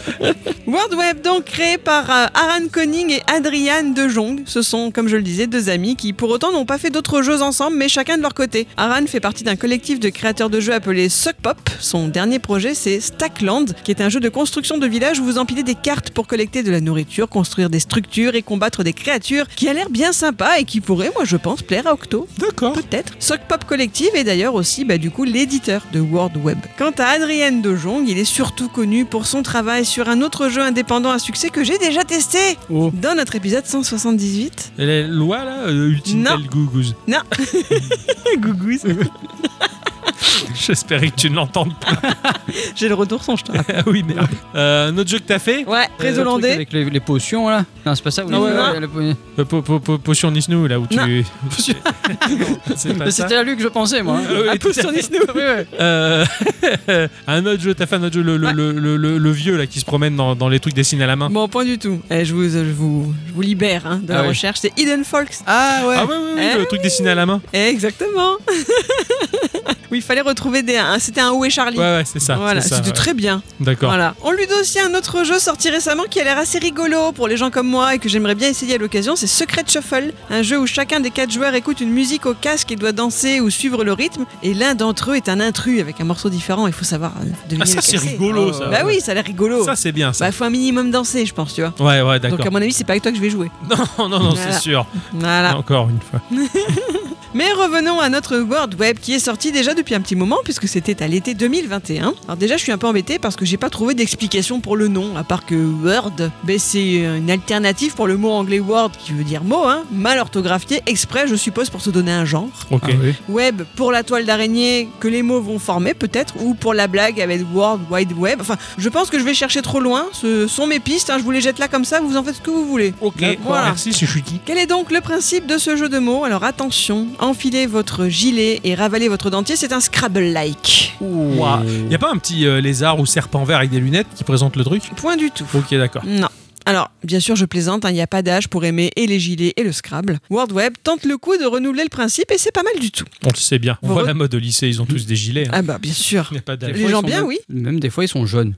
World Web, donc créé par euh, Aaron Conning et Adrian De Jong. Ce sont, comme je le disais, deux amis qui pour autant n'ont pas fait d'autres jeux ensemble, mais chacun de leur côté. Aaron fait partie d'un collectif de créateurs de jeux appelé Suck Pop. Son dernier projet, c'est Stackland, qui est un jeu de construction de village où vous empilez des cartes pour collecter de la nourriture, construire des structures et combattre des créatures, qui a l'air bien sympa et qui pourrait, moi je pense, plaire à Octo.
D'accord.
Peut-être. Sock Pop Collective est d'ailleurs aussi bah, du coup l'éditeur de World Web. Quant à Adrien De Jong, il est surtout connu pour son travail sur un autre jeu indépendant à succès que j'ai déjà testé
Oh.
dans notre épisode 178.
Et La loi là, euh, Ultimate
Non.
Gougouze.
Eh,
Gougouze.
J'espérais que tu ne l'entendes pas.
J'ai le retour son, je te rappelle.
Ah oui, merde. Euh, un autre jeu que t'as fait
Ouais, très
Le truc
hollandais.
Avec les, les potions, là. Non, c'est pas ça. oui. Ah
Non,
Ouais,
non.
ouais, les po-
Euh, po- po- po- Potion Nisnou, là où tu.
Non.
Non, c'est pas
Mais
ça.
C'était à lui que je pensais, moi.
Ah oui,
Euh,
Ah,
tout à
potion
fait.
Disney, oui, ouais.
Euh, un autre jeu, t'as fait un autre jeu, le, le-
Ouais.
le- le- le- le vieux là qui se promène dans, dans les trucs dessinés à la main.
Bon, point du tout. Eh, je, vous, je, vous, je vous libère hein, de
Ah
la
oui.
recherche. C'est Hidden Folks.
Ah ouais.
Ah ouais, ouais, ouais,
Eh
le truc dessiné à la main.
Exactement. oui, il fallait retrouver des. un- C'était un Où est Charlie
Ouais, ouais, c'est ça.
Voilà,
c'est ça,
c'était
ouais.
très bien.
D'accord.
Voilà. On lui doit aussi un autre jeu sorti récemment qui a l'air assez rigolo pour les gens comme moi et que j'aimerais bien essayer à l'occasion, c'est Secret Shuffle, un jeu où chacun des quatre joueurs écoute une musique au casque et doit danser ou suivre le rythme, et l'un d'entre eux est un intrus avec un morceau différent, il faut savoir euh, deviner
Ah, ça,
lequel
c'est rigolo, ça.
Bah oui, ça a l'air rigolo.
Ça, c'est bien, ça.
bah faut un minimum danser, je pense, tu vois.
ouais, ouais,
Donc à
d'accord.
mon avis, c'est pas avec toi que je vais jouer.
Non, non, non,
Voilà.
c'est sûr.
Voilà.
Encore une fois.
Mais revenons à notre World Web qui est sorti déjà depuis un petit moment puisque c'était à l'été 2021. Alors déjà je suis un peu embêtée parce que j'ai pas trouvé d'explication pour le nom à part que Word, ben, c'est une alternative pour le mot anglais Word qui veut dire mot, hein, mal orthographié exprès je suppose pour se donner un genre.
Ok.
Ah oui.
Web pour la toile d'araignée que les mots vont former peut-être ou pour la blague avec World Wide Web. Enfin je pense que je vais chercher trop loin, ce sont mes pistes, hein, je vous les jette là comme ça, vous en faites ce que vous voulez.
Ok,
Voilà.
merci, c'est Chucky.
Quel est donc le principe de ce jeu de mots Alors attention, enfilez votre gilet et ravalez votre dentier, c'est un Scrabble-like.
Ouah. Y a pas un petit euh, lézard ou serpent vert avec des lunettes qui présente le truc
Point du tout.
Ok, d'accord.
Non. Alors, bien sûr, je plaisante, hein, il n'y a pas d'âge pour aimer et les gilets et le Scrabble. World Web tente le coup de renouveler le principe et c'est pas mal du tout.
On le sait bien. On
Vous
voit
re-
la mode au lycée, ils ont tous des gilets. hein.
Ah bah, bien sûr.
Il y a pas
Des
d'âge.
Les
fois, ils
gens
sont
bien,
même-
oui.
Même des fois, ils sont jaunes.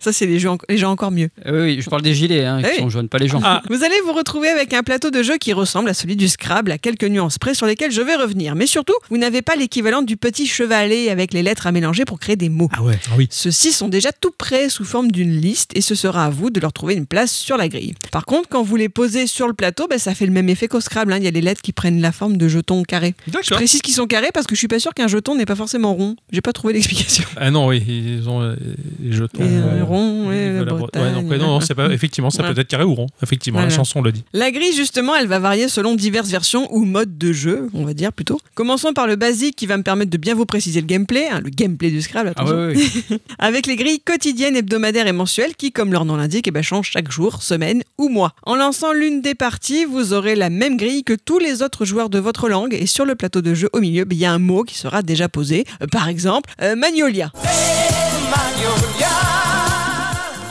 Ça, c'est les, jeux en- les gens encore mieux.
Euh, Oui, oui, je parle des gilets, hein,
Ah oui.
qui sont jaunes, pas les gens.
Ah.
Vous allez vous retrouver avec un plateau de jeu qui ressemble à celui du Scrabble, à quelques nuances près sur lesquelles je vais revenir. Mais surtout, vous n'avez pas l'équivalent du petit chevalet avec les lettres à mélanger pour créer des mots.
Ah ouais, ah oui.
Ceux-ci sont déjà tout prêts sous forme d'une liste et ce sera à vous de leur trouver une place sur la grille. Par contre, quand vous les posez sur le plateau, ben, ça fait le même effet qu'au Scrabble. hein. Il y a les lettres qui prennent la forme de jetons carrés. Je
D'accord.
précise qu'ils sont carrés parce que je suis pas sûr qu'un jeton n'est pas forcément rond. J'ai pas trouvé l'explication.
Ah non, oui, ils ont euh, les jetons.
Et, euh,
euh,
rond, ouais,
Vive
la
la Bre-
Bretagne.
ouais, non, hein. ouais, non, non, c'est pas, effectivement, ça
Ouais.
peut être carré ou rond. Effectivement, la
Voilà.
chanson le dit.
La grille, justement, elle va varier selon diverses versions ou modes de jeu, on va dire plutôt. Commençons par le basique qui va me permettre de bien vous préciser le gameplay, hein, le gameplay du Scrabble,
Ah
attention.
ouais, ouais.
avec les grilles quotidiennes, hebdomadaires et mensuelles qui, comme leur nom l'indique, eh ben, changent chaque jour, semaine ou mois. En lançant l'une des parties, vous aurez la même grille que tous les autres joueurs de votre langue et sur le plateau de jeu au milieu, ben, il y a un mot qui sera déjà posé. Euh, par exemple, euh, Magnolia.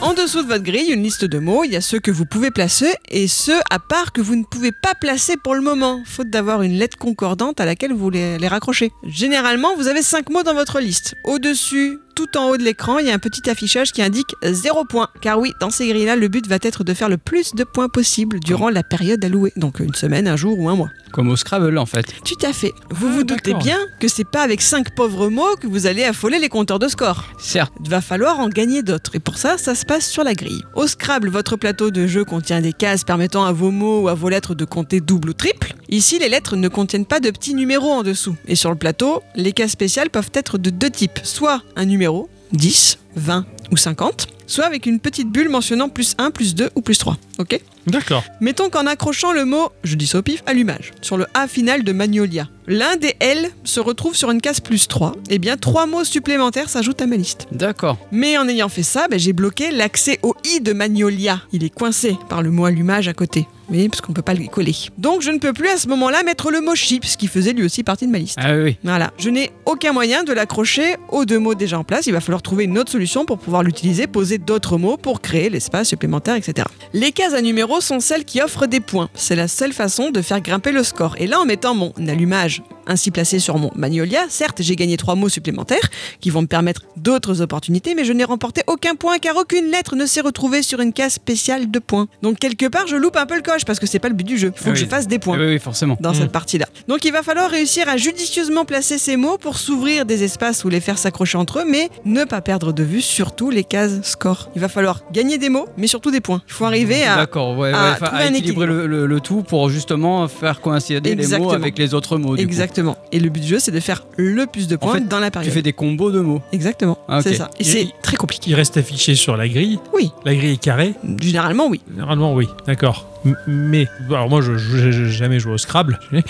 En dessous de votre grille, une liste de mots, il y a ceux que vous pouvez placer et ceux à part que vous ne pouvez pas placer pour le moment, faute d'avoir une lettre concordante à laquelle vous les, les raccrochez. Généralement, vous avez 5 mots dans votre liste. Au-dessus, tout en haut de l'écran, il y a un petit affichage qui indique 0 points. Car oui, dans ces grilles-là, le but va être de faire le plus de points possible durant la période allouée, donc une semaine, un jour ou un mois.
Comme au Scrabble en fait.
Tout à fait. Vous
Ah,
vous doutez
d'accord.
bien que c'est pas avec cinq pauvres mots que vous allez affoler les compteurs de score.
Certes,
Il va falloir en gagner d'autres, et pour ça, ça se passe sur la grille. Au Scrabble, votre plateau de jeu contient des cases permettant à vos mots ou à vos lettres de compter double ou triple. Ici, les lettres ne contiennent pas de petits numéros en dessous. Et sur le plateau, les cases spéciales peuvent être de deux types, soit un numéro, 10, 20 ou 50, soit avec une petite bulle mentionnant plus 1, plus 2 ou plus 3. Ok
D'accord.
Mettons qu'en accrochant le mot, je dis ça au pif, allumage, sur le A final de Magnolia, l'un des L se retrouve sur une case plus 3, et bien trois mots supplémentaires s'ajoutent à ma liste.
d'accord.
Mais en ayant fait ça, ben, j'ai bloqué l'accès au I de Magnolia. Il est coincé par le mot allumage à côté. Oui, parce qu'on peut pas le coller. Donc je ne peux plus à ce moment-là mettre le mot chips, qui faisait lui aussi partie de ma liste.
Ah oui, oui.
Voilà, je n'ai aucun moyen de l'accrocher aux deux mots déjà en place. Il va falloir trouver une autre solution pour pouvoir l'utiliser, poser d'autres mots pour créer l'espace supplémentaire, etc. Les cases à numéros sont celles qui offrent des points. C'est la seule façon de faire grimper le score. Et là, en mettant mon allumage ainsi placé sur mon magnolia, certes, j'ai gagné trois mots supplémentaires qui vont me permettre d'autres opportunités, mais je n'ai remporté aucun point car aucune lettre ne s'est retrouvée sur une case spéciale de points. Donc quelque part, je loupe un peu le coche parce que c'est pas le but du jeu. Il faut
Ah
que
oui.
je fasse des points
Ah oui, oui, forcément.
dans
Mm.
cette partie-là. Donc il va falloir réussir à judicieusement placer ces mots pour s'ouvrir des espaces ou les faire s'accrocher entre eux, mais ne pas perdre de vue surtout les cases score. Il va falloir gagner des mots, mais surtout des points. Il faut arriver à...
D'accord, ouais, ouais,
à
enfin,
trouver
à
un
équilibrer le, le- le tout pour justement faire coïncider les
Exactement.
mots avec les autres mots. Du coup.
Exactement. Et le but du jeu, c'est de faire le plus de points
fait,
dans la
Tu
période.
fais des combos de mots.
Exactement.
Ah, ok.
C'est ça. Et
Il-
c'est très compliqué.
Qui reste affiché sur la grille.
Oui.
La grille est carrée.
Généralement, oui.
Normalement, oui. D'accord. M- Mais, alors moi, je n'ai jamais joué au Scrabble.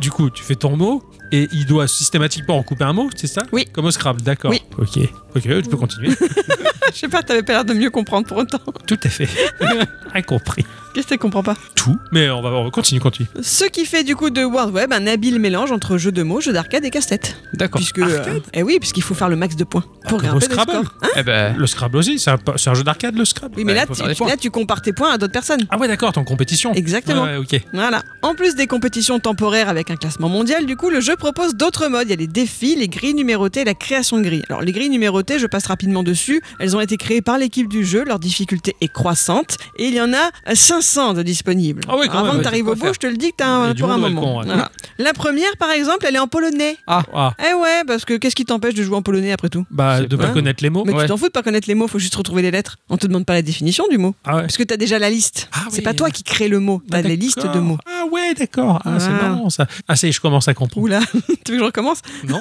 Du coup, tu fais ton mot et il doit systématiquement en couper un mot, c'est ça
Oui.
Comme au Scrabble, d'accord.
Oui.
Ok. Ok, tu peux continuer.
Je sais pas, t'avais pas l'air de mieux comprendre pour autant.
Tout à fait. Rien compris.
Qu'est-ce que tu comprends pas
Tout. Mais on va on continue, continue.
Ce qui fait du coup de World Web un habile mélange entre jeu de mots, jeu d'arcade et casse-tête.
D'accord. Ah,
Puisque. euh, eh oui, puisqu'il faut faire le max de points pour
Comme au
grimper le
Scrabble.
score. hein
Eh ben,
Le Scrabble aussi, c'est un, c'est un jeu d'arcade, le Scrabble.
Oui, mais
Bah,
là,
il faut
tu,
faire des points.
là, tu compares tes points à d'autres personnes.
Ah ouais, d'accord, t'es en compétition.
Exactement.
Ouais, ouais, ok.
Voilà. En plus des compétitions temporaires avec un classement mondial, du coup, le jeu propose d'autres modes. Il y a les défis, les grilles numérotées et la création de grilles. Alors, les grilles numérotées, je passe rapidement dessus. Elles ont été créées par l'équipe du jeu. Leur difficulté est croissante. Et il y en a 500 de disponibles.
Ah oui, quand
Alors,
même, ouais,
Avant que tu arrives
c'est
au
quoi
bout, je te le dis que t'as
Il y
un,
a du
pour un
monde au
moment.
balcon, ouais.
Voilà. La première, par exemple, elle est en polonais.
Ah,
Eh ouais, parce que qu'est-ce qui t'empêche de jouer en polonais après tout
bah,
C'est
de pas
pas-
connaître les mots.
mais
Ouais.
tu t'en fous de pas connaître les mots, faut juste retrouver les lettres. On te demande pas la définition du mot.
Ah ouais.
Parce que t'as déjà la liste.
Ah
c'est
oui.
pas toi qui crée le mot, t'as
Ah,
les listes de
d'accord.
mots.
Ah ouais, d'accord. Ah, c'est
Ah.
marrant ça. Ah, ça y est, je commence à comprendre.
Oula, tu veux que je recommence
Non,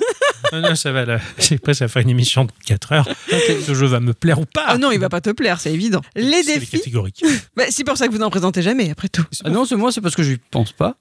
non, non, ça va. Là. J'ai presque à faire une émission de 4 heures. Ce jeu va me plaire ou pas
Ah non, il va pas te plaire, c'est évident. Les
C'est
défis.
catégorique.
Bah, c'est pour ça que vous n'en présentez jamais, après tout.
ah non, c'est moi, c'est parce que je lui pense pas.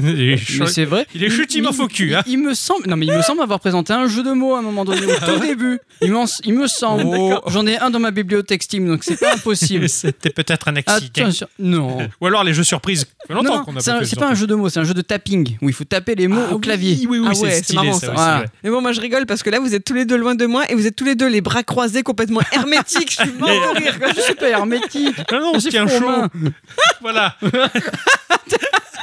Il est
Mais
chaud-
c'est vrai.
il est chutiment
Il-
faux cul. Hein.
Il me semble, non mais il me semble avoir présenté un jeu de mots à un moment donné, au tout début. Il, m'en- il me semble. J'en ai un dans ma bibliothèque Steam, donc c'est pas impossible.
C'était peut-être un accident.
Attention, non.
Ou alors les jeux surprises. Ça fait longtemps
Non,
qu'on
non,
a
c'est
pas
un-
fait
c'est
de
pas un
surprise.
jeu de mots, c'est un jeu de tapping où il faut taper les mots
Ah
au clavier.
Oui, oui, oui,
Ah
c'est
ouais, c'est
stylé
marrant,
ça,
ça.
aussi.
Voilà.
ouais.
Mais bon, moi je rigole parce que là, vous êtes tous les deux loin de moi et vous êtes tous les deux les bras croisés complètement hermétiques. Je suis mort de rire. quoi.
Je suis pas hermétique.
Non, Ah non, on se
J'ai
tient
froid aux
chaud.
mains.
Voilà.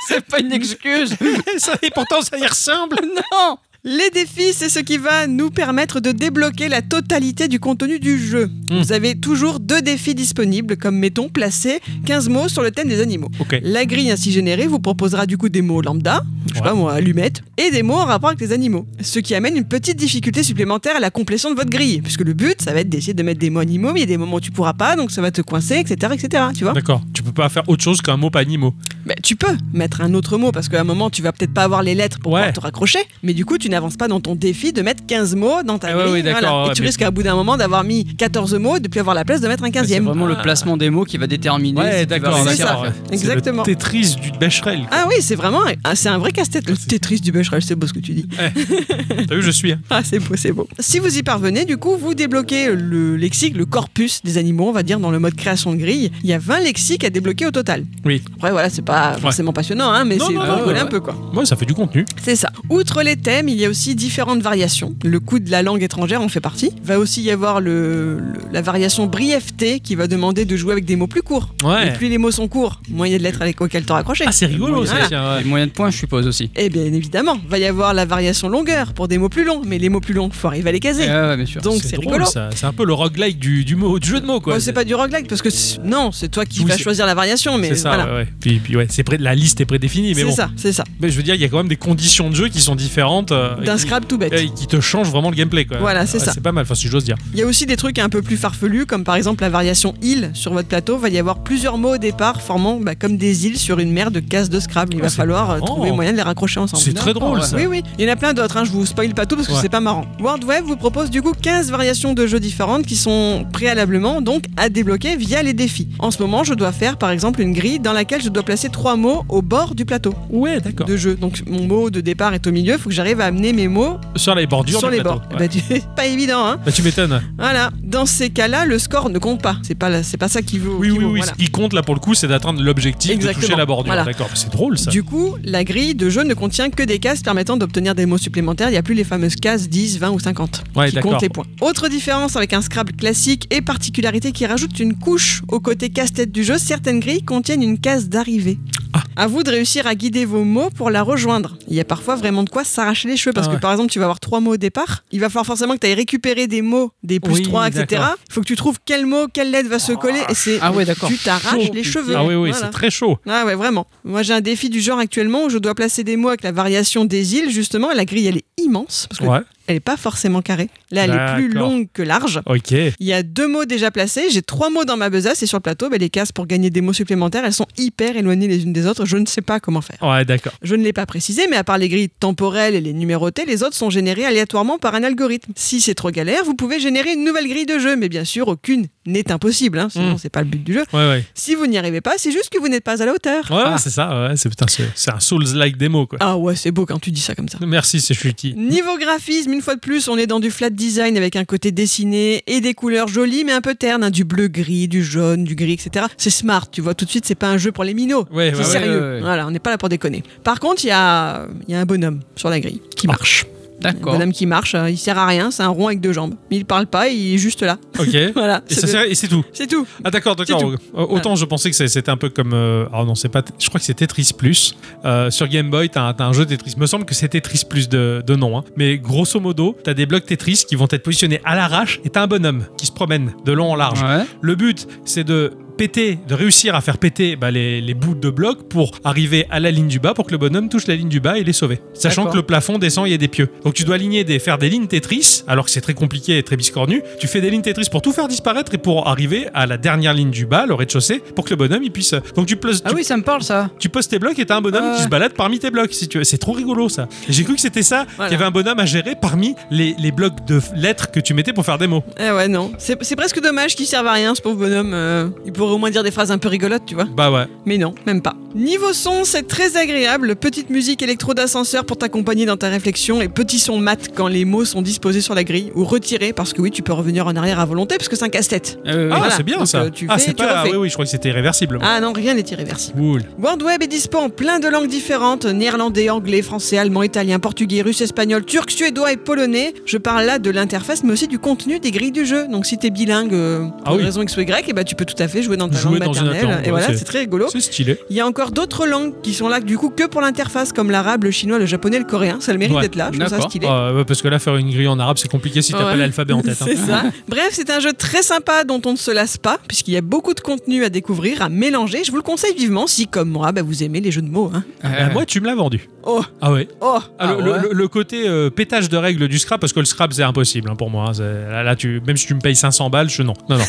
C'est pas une excuse.
Ça- Et pourtant, ça y ressemble.
Non.
Les défis, c'est ce qui va nous permettre de débloquer la totalité du contenu du jeu.
Hmm.
Vous avez toujours deux défis disponibles, comme mettons placer 15 mots sur le thème des animaux.
Ok.
La grille ainsi générée vous proposera du coup des mots lambda, je sais
Ouais.
pas moi, allumettes, et des mots en rapport avec les animaux. Ce qui amène une petite difficulté supplémentaire à la complétion de votre grille, puisque le but, ça va être d'essayer de mettre des mots animaux, mais il y a des moments où tu pourras pas, donc ça va te coincer, etc., etc., tu vois
D'accord. Tu peux pas faire autre chose qu'un mot pas animaux.
Bah, tu peux mettre un autre mot parce qu'à un moment tu vas peut-être pas avoir les lettres pour
Ouais.
pouvoir te raccrocher, mais du coup tu n'avances pas dans ton défi de mettre 15 mots dans ta
Ah ouais,
grille.
ouais, d'accord,
voilà. Et
ouais,
tu
mais-
risques à bout d'un moment d'avoir mis 14 mots et de plus avoir la place de mettre un
C'est
15e.
vraiment le
Ah.
placement des mots qui va déterminer. si tu vas
c'est
réussir à
ça.
faire.
Exactement.
C'est le Tetris du Becherel.
Ah oui, c'est vraiment ah, c'est un vrai casse-tête. Le Tetris du Becherel, c'est beau ce que tu dis.
T'as vu, je suis. hein.
Ah, c'est beau, c'est beau. Si vous y parvenez, du coup, vous débloquez le lexique, le corpus des animaux, on va dire, dans le mode création de grille. Il y a 20 lexiques à débloquer au total.
Oui.
Après, voilà, c'est pas forcément passionnant, hein, mais
Non,
c'est
non,
pour
non,
rigoler
ouais.
un peu quoi.
Ouais, ça fait du contenu.
C'est ça. Outre les thèmes, il y a aussi différentes variations. Le coût de la langue étrangère en fait partie. Va aussi y avoir le, le- la variation brièveté qui va demander de jouer avec des mots plus courts.
Ouais.
Et plus les mots sont courts, moins il y a de lettres avec auxquelles te raccrocher.
Ah, c'est rigolo, ça,
Voilà.
tiens, ouais.
Les moyens de points, je suppose aussi.
Et bien évidemment, va y avoir la variation longueur pour des mots plus longs, mais les mots plus longs, faut arriver à les caser.
Ah ouais, bien sûr.
Donc c'est
drôle,
rigolo.
ça. C'est un peu le roguelike du, du, mot, du jeu de mots, quoi.
Bon, c'est pas du roguelike parce que c'est- non, c'est toi qui
Oui,
vas
c'est-
choisir la variation, mais
C'est ça,
voilà.
ouais, ouais. Puis, puis ouais, c'est pré- la liste est prédéfinie, mais
C'est
bon.
ça, c'est ça.
Mais je veux dire, il y a quand même des conditions de jeu qui sont différentes. euh, et
D'un
qui-
scrap tout bête.
et qui te changent vraiment le gameplay, quoi.
Voilà, c'est
Ouais,
ça.
C'est pas mal, enfin, si j'ose dire.
Il y a aussi des trucs un peu plus farfelus, comme par exemple la variation île sur votre plateau. Va y avoir plusieurs mots au départ formant bah, comme des îles sur une mer de cases de Scrabble. Il
Oh,
va
c'est
falloir euh,
marrant.
trouver moyen de les raccrocher ensemble.
C'est très drôle, ça.
Oui, oui. Il y en a plein d'autres. hein. Je vous spoil pas tout parce que
Ouais.
c'est pas marrant. World Web vous propose du coup 15 variations de jeux différentes qui sont préalablement donc à débloquer via les défis. En ce moment, je dois faire par exemple une grille dans laquelle je dois placer trois mots au bord du plateau
Ouais, d'accord.
de jeu. Donc mon mot de départ est au milieu. Il faut que j'arrive à amener mes mots
Sur les bordures
sur
du
les
plateau,
bords.
ouais.
Bah, tu- pas évident, hein.
Bah, tu m'étonnes.
Voilà. Dans ces cas-là, le score ne compte pas. C'est pas la- c'est pas ça qui vaut.
Oui,
qui
oui,
vaut,
oui.
voilà.
Ce qui compte là pour le coup, c'est d'atteindre l'objectif de toucher
Exactement.
la bordure.
Voilà.
D'accord, c'est drôle ça.
Du coup, la grille de jeu ne contient que des cases permettant d'obtenir des mots supplémentaires. Il n'y a plus les fameuses cases 10, 20 ou 50
Ouais,
qui
d'accord.
comptent les points. Autre différence avec un Scrabble classique et particularité qui rajoute une couche au côté casse-tête du jeu, certaines grilles contiennent une case d'arrivée.
Ah.
À vous de réussir à guider vos mots pour la rejoindre. Il y a parfois vraiment de quoi s'arracher les cheveux parce
Ah ouais.
que par exemple, tu vas avoir trois mots au départ. Il va falloir forcément que tu ailles récupérer des mots, des plus
Oui,
3, etc.
d'accord.
Il faut que tu trouves quel mot, quelle lettre va se coller. Et c'est
Ah ouais, d'accord.
tu t'arraches
Chaud,
les
putain.
cheveux.
Ah oui, oui,
Voilà.
c'est très chaud.
Ah ouais, vraiment. Moi, j'ai un défi du genre actuellement où je dois placer des mots avec la variation des îles, justement. La grille, elle est immense, parce qu'elle
Ouais,
n'est pas forcément carrée. Là, elle est plus
D'accord.
longue que large.
ok.
Il y a deux mots déjà placés, j'ai trois mots dans ma besace et sur le plateau, ben, les cases pour gagner des mots supplémentaires, elles sont hyper éloignées les unes des autres, je ne sais pas comment faire.
Ouais, d'accord.
Je ne l'ai pas précisé, mais à part les grilles temporelles et les numérotées, les autres sont générées aléatoirement par un algorithme. Si c'est trop galère, vous pouvez générer une nouvelle grille de jeu, mais bien sûr, aucune n'est impossible, hein, sinon
Mm.
c'est pas le but du jeu.
Ouais, ouais.
Si vous n'y arrivez pas, c'est juste que vous n'êtes pas à la hauteur.
Ouais,
Ah.
c'est ça, ouais, c'est putain, c'est c'est un Souls-like démo, quoi.
Ah ouais, c'est beau quand tu dis ça comme ça.
Merci, c'est chutis.
Niveau graphisme, une fois de plus, on est dans du flat design avec un côté dessiné et des couleurs jolies mais un peu ternes, hein, du bleu-gris, du jaune, du gris, etc. C'est smart, tu vois, tout de suite, c'est pas un jeu pour les minots.
Ouais, ouais,
C'est
Eh bah ouais.
sérieux.
ouais, ouais.
Voilà, on n'est pas là pour déconner. Par contre, il y a, il y a un bonhomme sur la grille qui marche. Un
D'accord.
bonhomme qui marche, euh, il sert à rien, c'est un rond avec deux jambes. Mais il parle pas, il est juste là.
Ok. Et
Voilà, c'est
ça
de-
sert- et c'est tout.
c'est tout.
Ah d'accord, d'accord.
tout.
Euh, Autant je pensais que c'est- c'était un peu comme... euh, ah non, c'est pas... Je crois que c'est Tetris Plus. Euh, sur Game Boy, t'as un, t'as un jeu Tetris. Me semble que c'est Tetris Plus de, de nom. hein. Mais grosso modo, t'as des blocs Tetris qui vont être positionnés à l'arrache et t'as un bonhomme qui se promène de long en large.
Ouais.
Le but, c'est de péter, de réussir à faire péter bah, les, les bouts de blocs pour arriver à la ligne du bas pour que le bonhomme touche la ligne du bas et les sauver. Sachant
D'accord.
que le plafond descend, il y a des pieux. Donc tu dois aligner des, faire des lignes Tetris, alors que c'est très compliqué et très biscornu. Tu fais des lignes Tetris pour tout faire disparaître et pour arriver à la dernière ligne du bas, le rez-de-chaussée, pour que le bonhomme il puisse. euh, Donc tu, poses-
Ah
tu,
oui, Euh. ça me parle ça.
tu poses tes blocs et t'as un bonhomme
Ouais.
qui se balade parmi tes blocs. Si tu veux. c'est trop rigolo ça. Et J'ai cru que c'était ça,
Voilà.
qu'il y avait un bonhomme à gérer parmi les, les blocs de lettres que tu mettais pour faire des mots.
Eh ouais, non. C'est c'est presque dommage qu'il serve à rien, ce pauvre bonhomme. euh, il pourrait au moins dire des phrases un peu rigolotes, tu vois.
Bah ouais.
Mais non, même pas. Niveau son, c'est très agréable. Petite musique électro d'ascenseur pour t'accompagner dans ta réflexion et petit son mat quand les mots sont disposés sur la grille ou retirés parce que oui, tu peux revenir en arrière à volonté parce que c'est un casse-tête.
Euh,
Ah,
voilà.
c'est bien
Donc,
ça.
euh, tu
ah,
fais,
c'est
tu
pas.
refais.
oui, oui, je crois que c'était réversible.
Ah non, rien n'est irréversible.
Cool.
World Web est dispo en plein de langues différentes néerlandais, anglais, français, allemand, italien, portugais, russe, espagnol, turc, suédois et polonais. Je parle là de l'interface, mais aussi du contenu des grilles du jeu. Donc si t'es bilingue euh, pour
Ah oui.
raison X ou Y, eh ben, tu peux tout à fait jouer dans ta
Jouer
langue
dans une autre
maternelle.
langue, ouais,
et voilà,
c'est-
c'est très rigolo.
C'est stylé.
Il y a encore d'autres langues qui sont là du coup que pour l'interface, comme l'arabe, le chinois, le japonais, le coréen. Ça a le mérite
Ouais,
d'être là, je trouve ça
d'accord.
stylé.
Ah, ouais, parce que là, faire une grille en arabe, c'est compliqué si t'as
Oh, Ouais.
pas l'alphabet en tête. hein.
C'est ça. Bref, c'est un jeu très sympa dont on ne se lasse pas, puisqu'il y a beaucoup de contenu à découvrir, à mélanger. Je vous le conseille vivement si, comme moi, bah, vous aimez les jeux de mots. hein.
Ah, moi, tu me l'as vendu.
Oh,
Ah ouais.
oh,
Ah, le,
Ah
le-
ouais.
le- le côté euh, pétage de règles du scrap, parce que le scrap, c'est impossible hein, pour moi. hein. C'est- Là, là, tu, même si tu me payes 500 balles, je non. Non, non.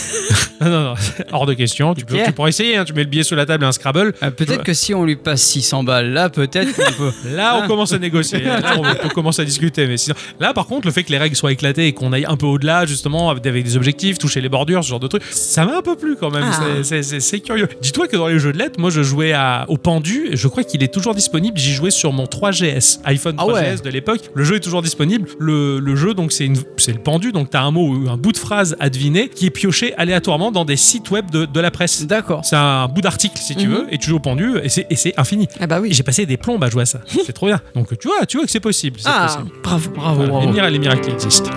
non, non, non. Hors de question. Tu, peux,
Ok.
tu pourras essayer. hein. tu mets le billet sous la table et un Scrabble.
Euh, peut-être que si on lui passe 600 balles là, peut-être qu'on peut.
Là, on
Ah.
commence à négocier. Là, on, on commence à discuter. Mais sinon, là, par contre, le fait que les règles soient éclatées et qu'on aille un peu au-delà, justement, avec avec des objectifs, toucher les bordures, ce genre de trucs, ça m'a un peu plu quand même.
Ah.
C'est- c'est- C'est c'est curieux. Dis-toi que dans les jeux de lettres, moi, je jouais à- au pendu. et Je crois qu'il est toujours disponible. J'y jouais sur mon 3GS, iPhone
Ah
3GS
ouais.
de l'époque. Le jeu est toujours disponible. Le, le jeu, donc, c'est une- c'est le pendu, donc t'as un mot ou un bout de phrase à deviner qui est pioché aléatoirement dans des sites web de, de la presse.
D'accord.
C'est un bout d'article, si tu
Mhm.
veux, et tu joues au pendu, et c'est- et c'est infini.
Ah bah
Et
oui.
J'ai passé des plombes à jouer à ça. C'est trop bien. Donc tu vois, tu vois que c'est possible. c'est
Ah,
possible.
bravo.
Bravo,
Voilà,
bravo.
Les miracles, les miracles qui existent.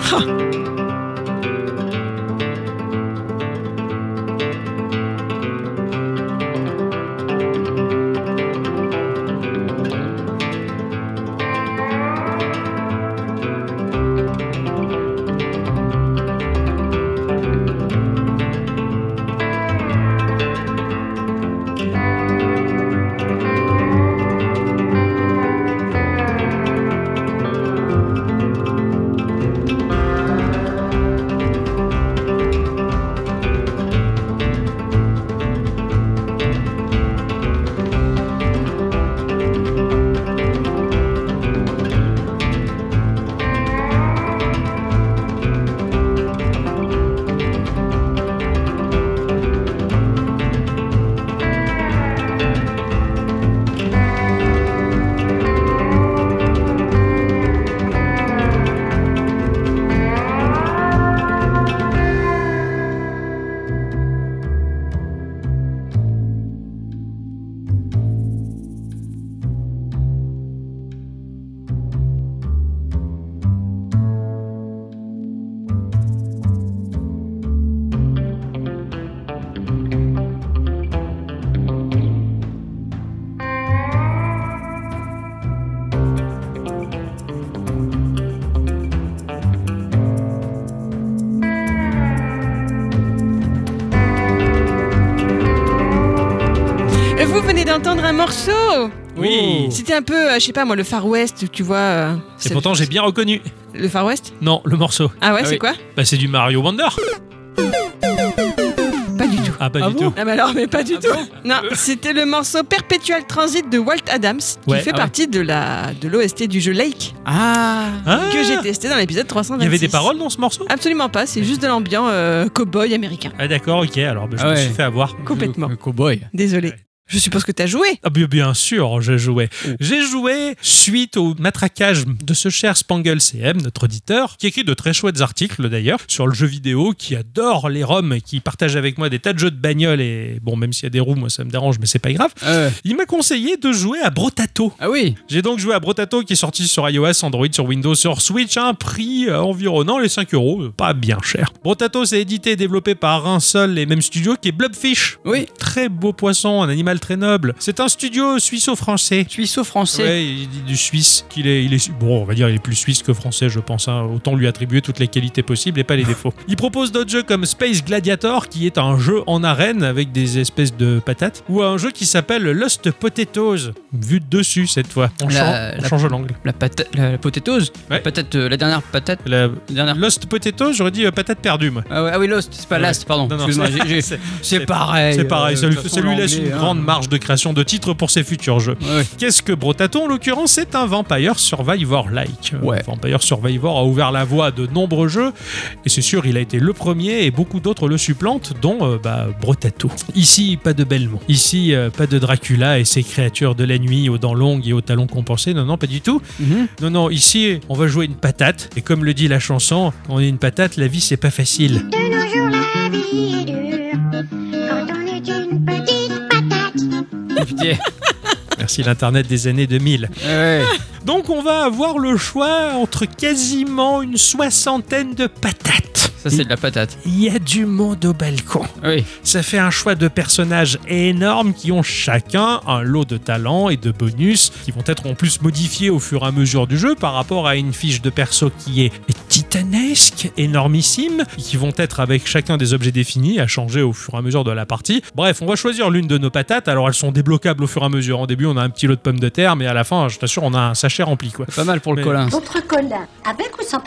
Et vous venez d'entendre un morceau
Oui.
C'était un peu, euh, je sais pas moi, le Far West, tu vois. euh,
Et
c'est-
pourtant, j'ai bien reconnu.
Le Far West
Non, le morceau.
Ah ouais,
Ah
c'est
oui.
quoi
Bah, c'est du Mario Wonder.
Pas du tout.
Ah, pas
Ah
du
bon
tout.
Ah bah alors, mais pas du
Ah
tout.
bon
non, c'était le morceau Perpetual Transit de Walt Adams, qui
Ouais,
fait
ah ouais.
partie de la de l'OST du jeu Lake,
Ah
Ah,
que j'ai testé dans l'épisode
Il
326.
y avait des paroles dans ce morceau
Absolument pas, c'est juste de l'ambiance euh, cow-boy américain.
Ah, d'accord, ok. Alors, bah, je
Ah
me
ouais.
suis fait avoir.
Complètement.
Le cowboy.
Désolé. Je suppose que t'as joué.
Ah bien, bien sûr, j'ai joué. J'ai joué suite au matraquage de ce cher Spangle CM, notre auditeur, qui écrit de très chouettes articles d'ailleurs sur le jeu vidéo, qui adore les ROM et qui partage avec moi des tas de jeux de bagnole et bon, même s'il y a des roues, moi ça me dérange, mais c'est pas grave.
Euh,
Il m'a conseillé de jouer à Brotato.
ah oui
J'ai donc joué à Brotato qui est sorti sur iOS, Android, sur Windows, sur Switch, à un prix euh, environnant les 5 euros, euh, pas bien cher. Brotato, c'est édité et développé par un seul et même studio qui est Blobfish.
Oui.
Très beau poisson, un animal très noble. C'est un studio suisseau-français.
Suisseau-français.
Ouais, il dit du suisse qu'il est, il est. Bon, on va dire il est plus suisse que français, je pense. hein. Autant lui attribuer toutes les qualités possibles et pas les défauts. Il propose d'autres jeux comme Space Gladiator, qui est un jeu en arène avec des espèces de patates, ou un jeu qui s'appelle Lost Potatoes, vu de dessus cette fois. On,
La-
change- on
la-
change l'angle.
La patate, la, la potatoes, la
Ouais.
patate, euh, la dernière patate,
La-
la dernière.
Lost Potatoes, j'aurais dit euh, patate perdue, moi.
Ah, ouais, ah oui, Lost, c'est pas
Ouais.
Last, pardon.
Non, non,
Excuse-moi,
c'est-
j'ai- j'ai-
c'est-
c'est pareil.
C'est pareil,
euh,
ça
de
lui,
toute
ça
façon,
lui laisse
l'anglais,
une
hein.
grande marge de création de titres pour ses futurs jeux.
Ouais, ouais.
Qu'est-ce que Brotato En l'occurrence, c'est un Vampire Survivor-like. Euh,
Ouais.
Vampire Survivor a ouvert la voie à de nombreux jeux, et c'est sûr, il a été le premier, et beaucoup d'autres le supplantent, dont euh, bah, Brotato. Ici, pas de Belmont. Ici, euh, pas de Dracula et ses créatures de la nuit aux dents longues et aux talons compensés. Non, non, pas du tout.
Mhm.
Non, non, ici, on va jouer une patate, et comme le dit la chanson, on est une patate, la vie, c'est pas facile.
De nos jours, la vie est dure quand on est une petite patate.
Pitié.
Merci l'Internet des années 2000.
Ouais, ouais.
Donc, on va avoir le choix entre quasiment une soixantaine de patates.
Ça, c'est de la patate. Ah
Il y a du monde au balcon.
Oui.
Ça fait un choix de personnages énormes qui ont chacun un lot de talents et de bonus qui vont être en plus modifiés au fur et à mesure du jeu par rapport à une fiche de perso qui est titanesque, énormissime, et qui vont être avec chacun des objets définis à changer au fur et à mesure de la partie. Bref, on va choisir l'une de nos patates. Alors elles sont débloquables au fur et à mesure. En début, on a un petit lot de pommes de terre, mais à la fin, je t'assure, on a un sachet rempli quoi.
Pas mal pour le
Mais-
Colin.
Votre colin, avec ou sans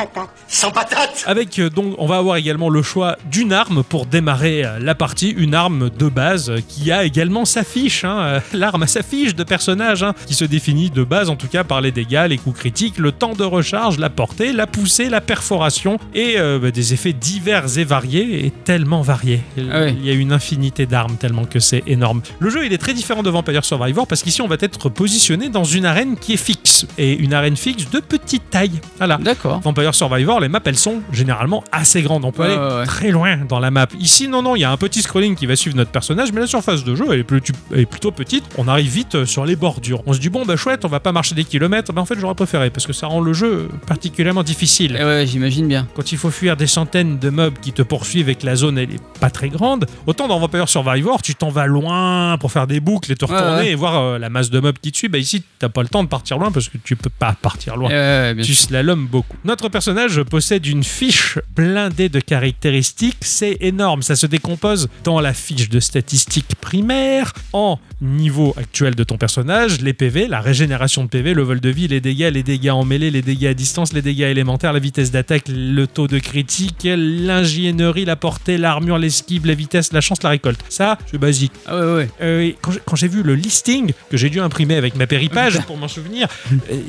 patate
Avec euh, donc on va avoir également le choix d'une arme pour démarrer euh, la partie, une arme de base euh, qui a également sa fiche, hein, euh, l'arme à sa fiche de personnage, hein, qui se définit de base en tout cas par les dégâts, les coups critiques, le temps de recharge, la portée, la poussée, la perforation et euh, bah, des effets divers et variés, et tellement variés. Il,
Ah oui.
il y a une infinité d'armes tellement que c'est énorme. Le jeu il est très différent de Vampire Survivor parce qu'ici on va être positionné dans une arène qui est fixe, et une arène fixe de petite taille. Voilà.
D'accord.
Vampire Survivor, les maps elles sont généralement assez grandes. On peut
Ouais,
aller
ouais, ouais.
très loin dans la map. Ici, non, non, il y a un petit scrolling qui va suivre notre personnage, mais la surface de jeu elle est, plus- elle est plutôt petite. On arrive vite euh, sur les bordures. On se dit, bon, bah chouette, on va pas marcher des kilomètres. Mais en fait, j'aurais préféré parce que ça rend le jeu particulièrement difficile.
Eh ouais, j'imagine bien.
Quand il faut fuir des centaines de mobs qui te poursuivent et que la zone elle est pas très grande, autant dans Vampire Survivor, tu t'en vas loin pour faire des boucles et te
Ouais,
retourner
ouais.
et voir euh, la masse de mobs qui te suit. Bah ici, t'as pas le temps de partir loin parce que tu peux pas partir loin
Eh ouais, ouais, bien
tu
sûr.
slalomes beaucoup. Notre personnage possède une fiche blindée de caractéristiques, c'est énorme, ça se décompose dans la fiche de statistiques primaires, en niveau actuel de ton personnage, les PV, la régénération de PV, le vol de vie, les dégâts, les dégâts en mêlée, les dégâts à distance, les dégâts élémentaires, la vitesse d'attaque, le taux de critique, l'ingénierie, la portée, l'armure, l'esquive, la vitesse, la chance, la récolte. Ça, c'est basique.
Ah ouais, ouais.
Euh, et quand j'ai- quand j'ai vu le listing que j'ai dû imprimer avec ma péripage pour m'en souvenir,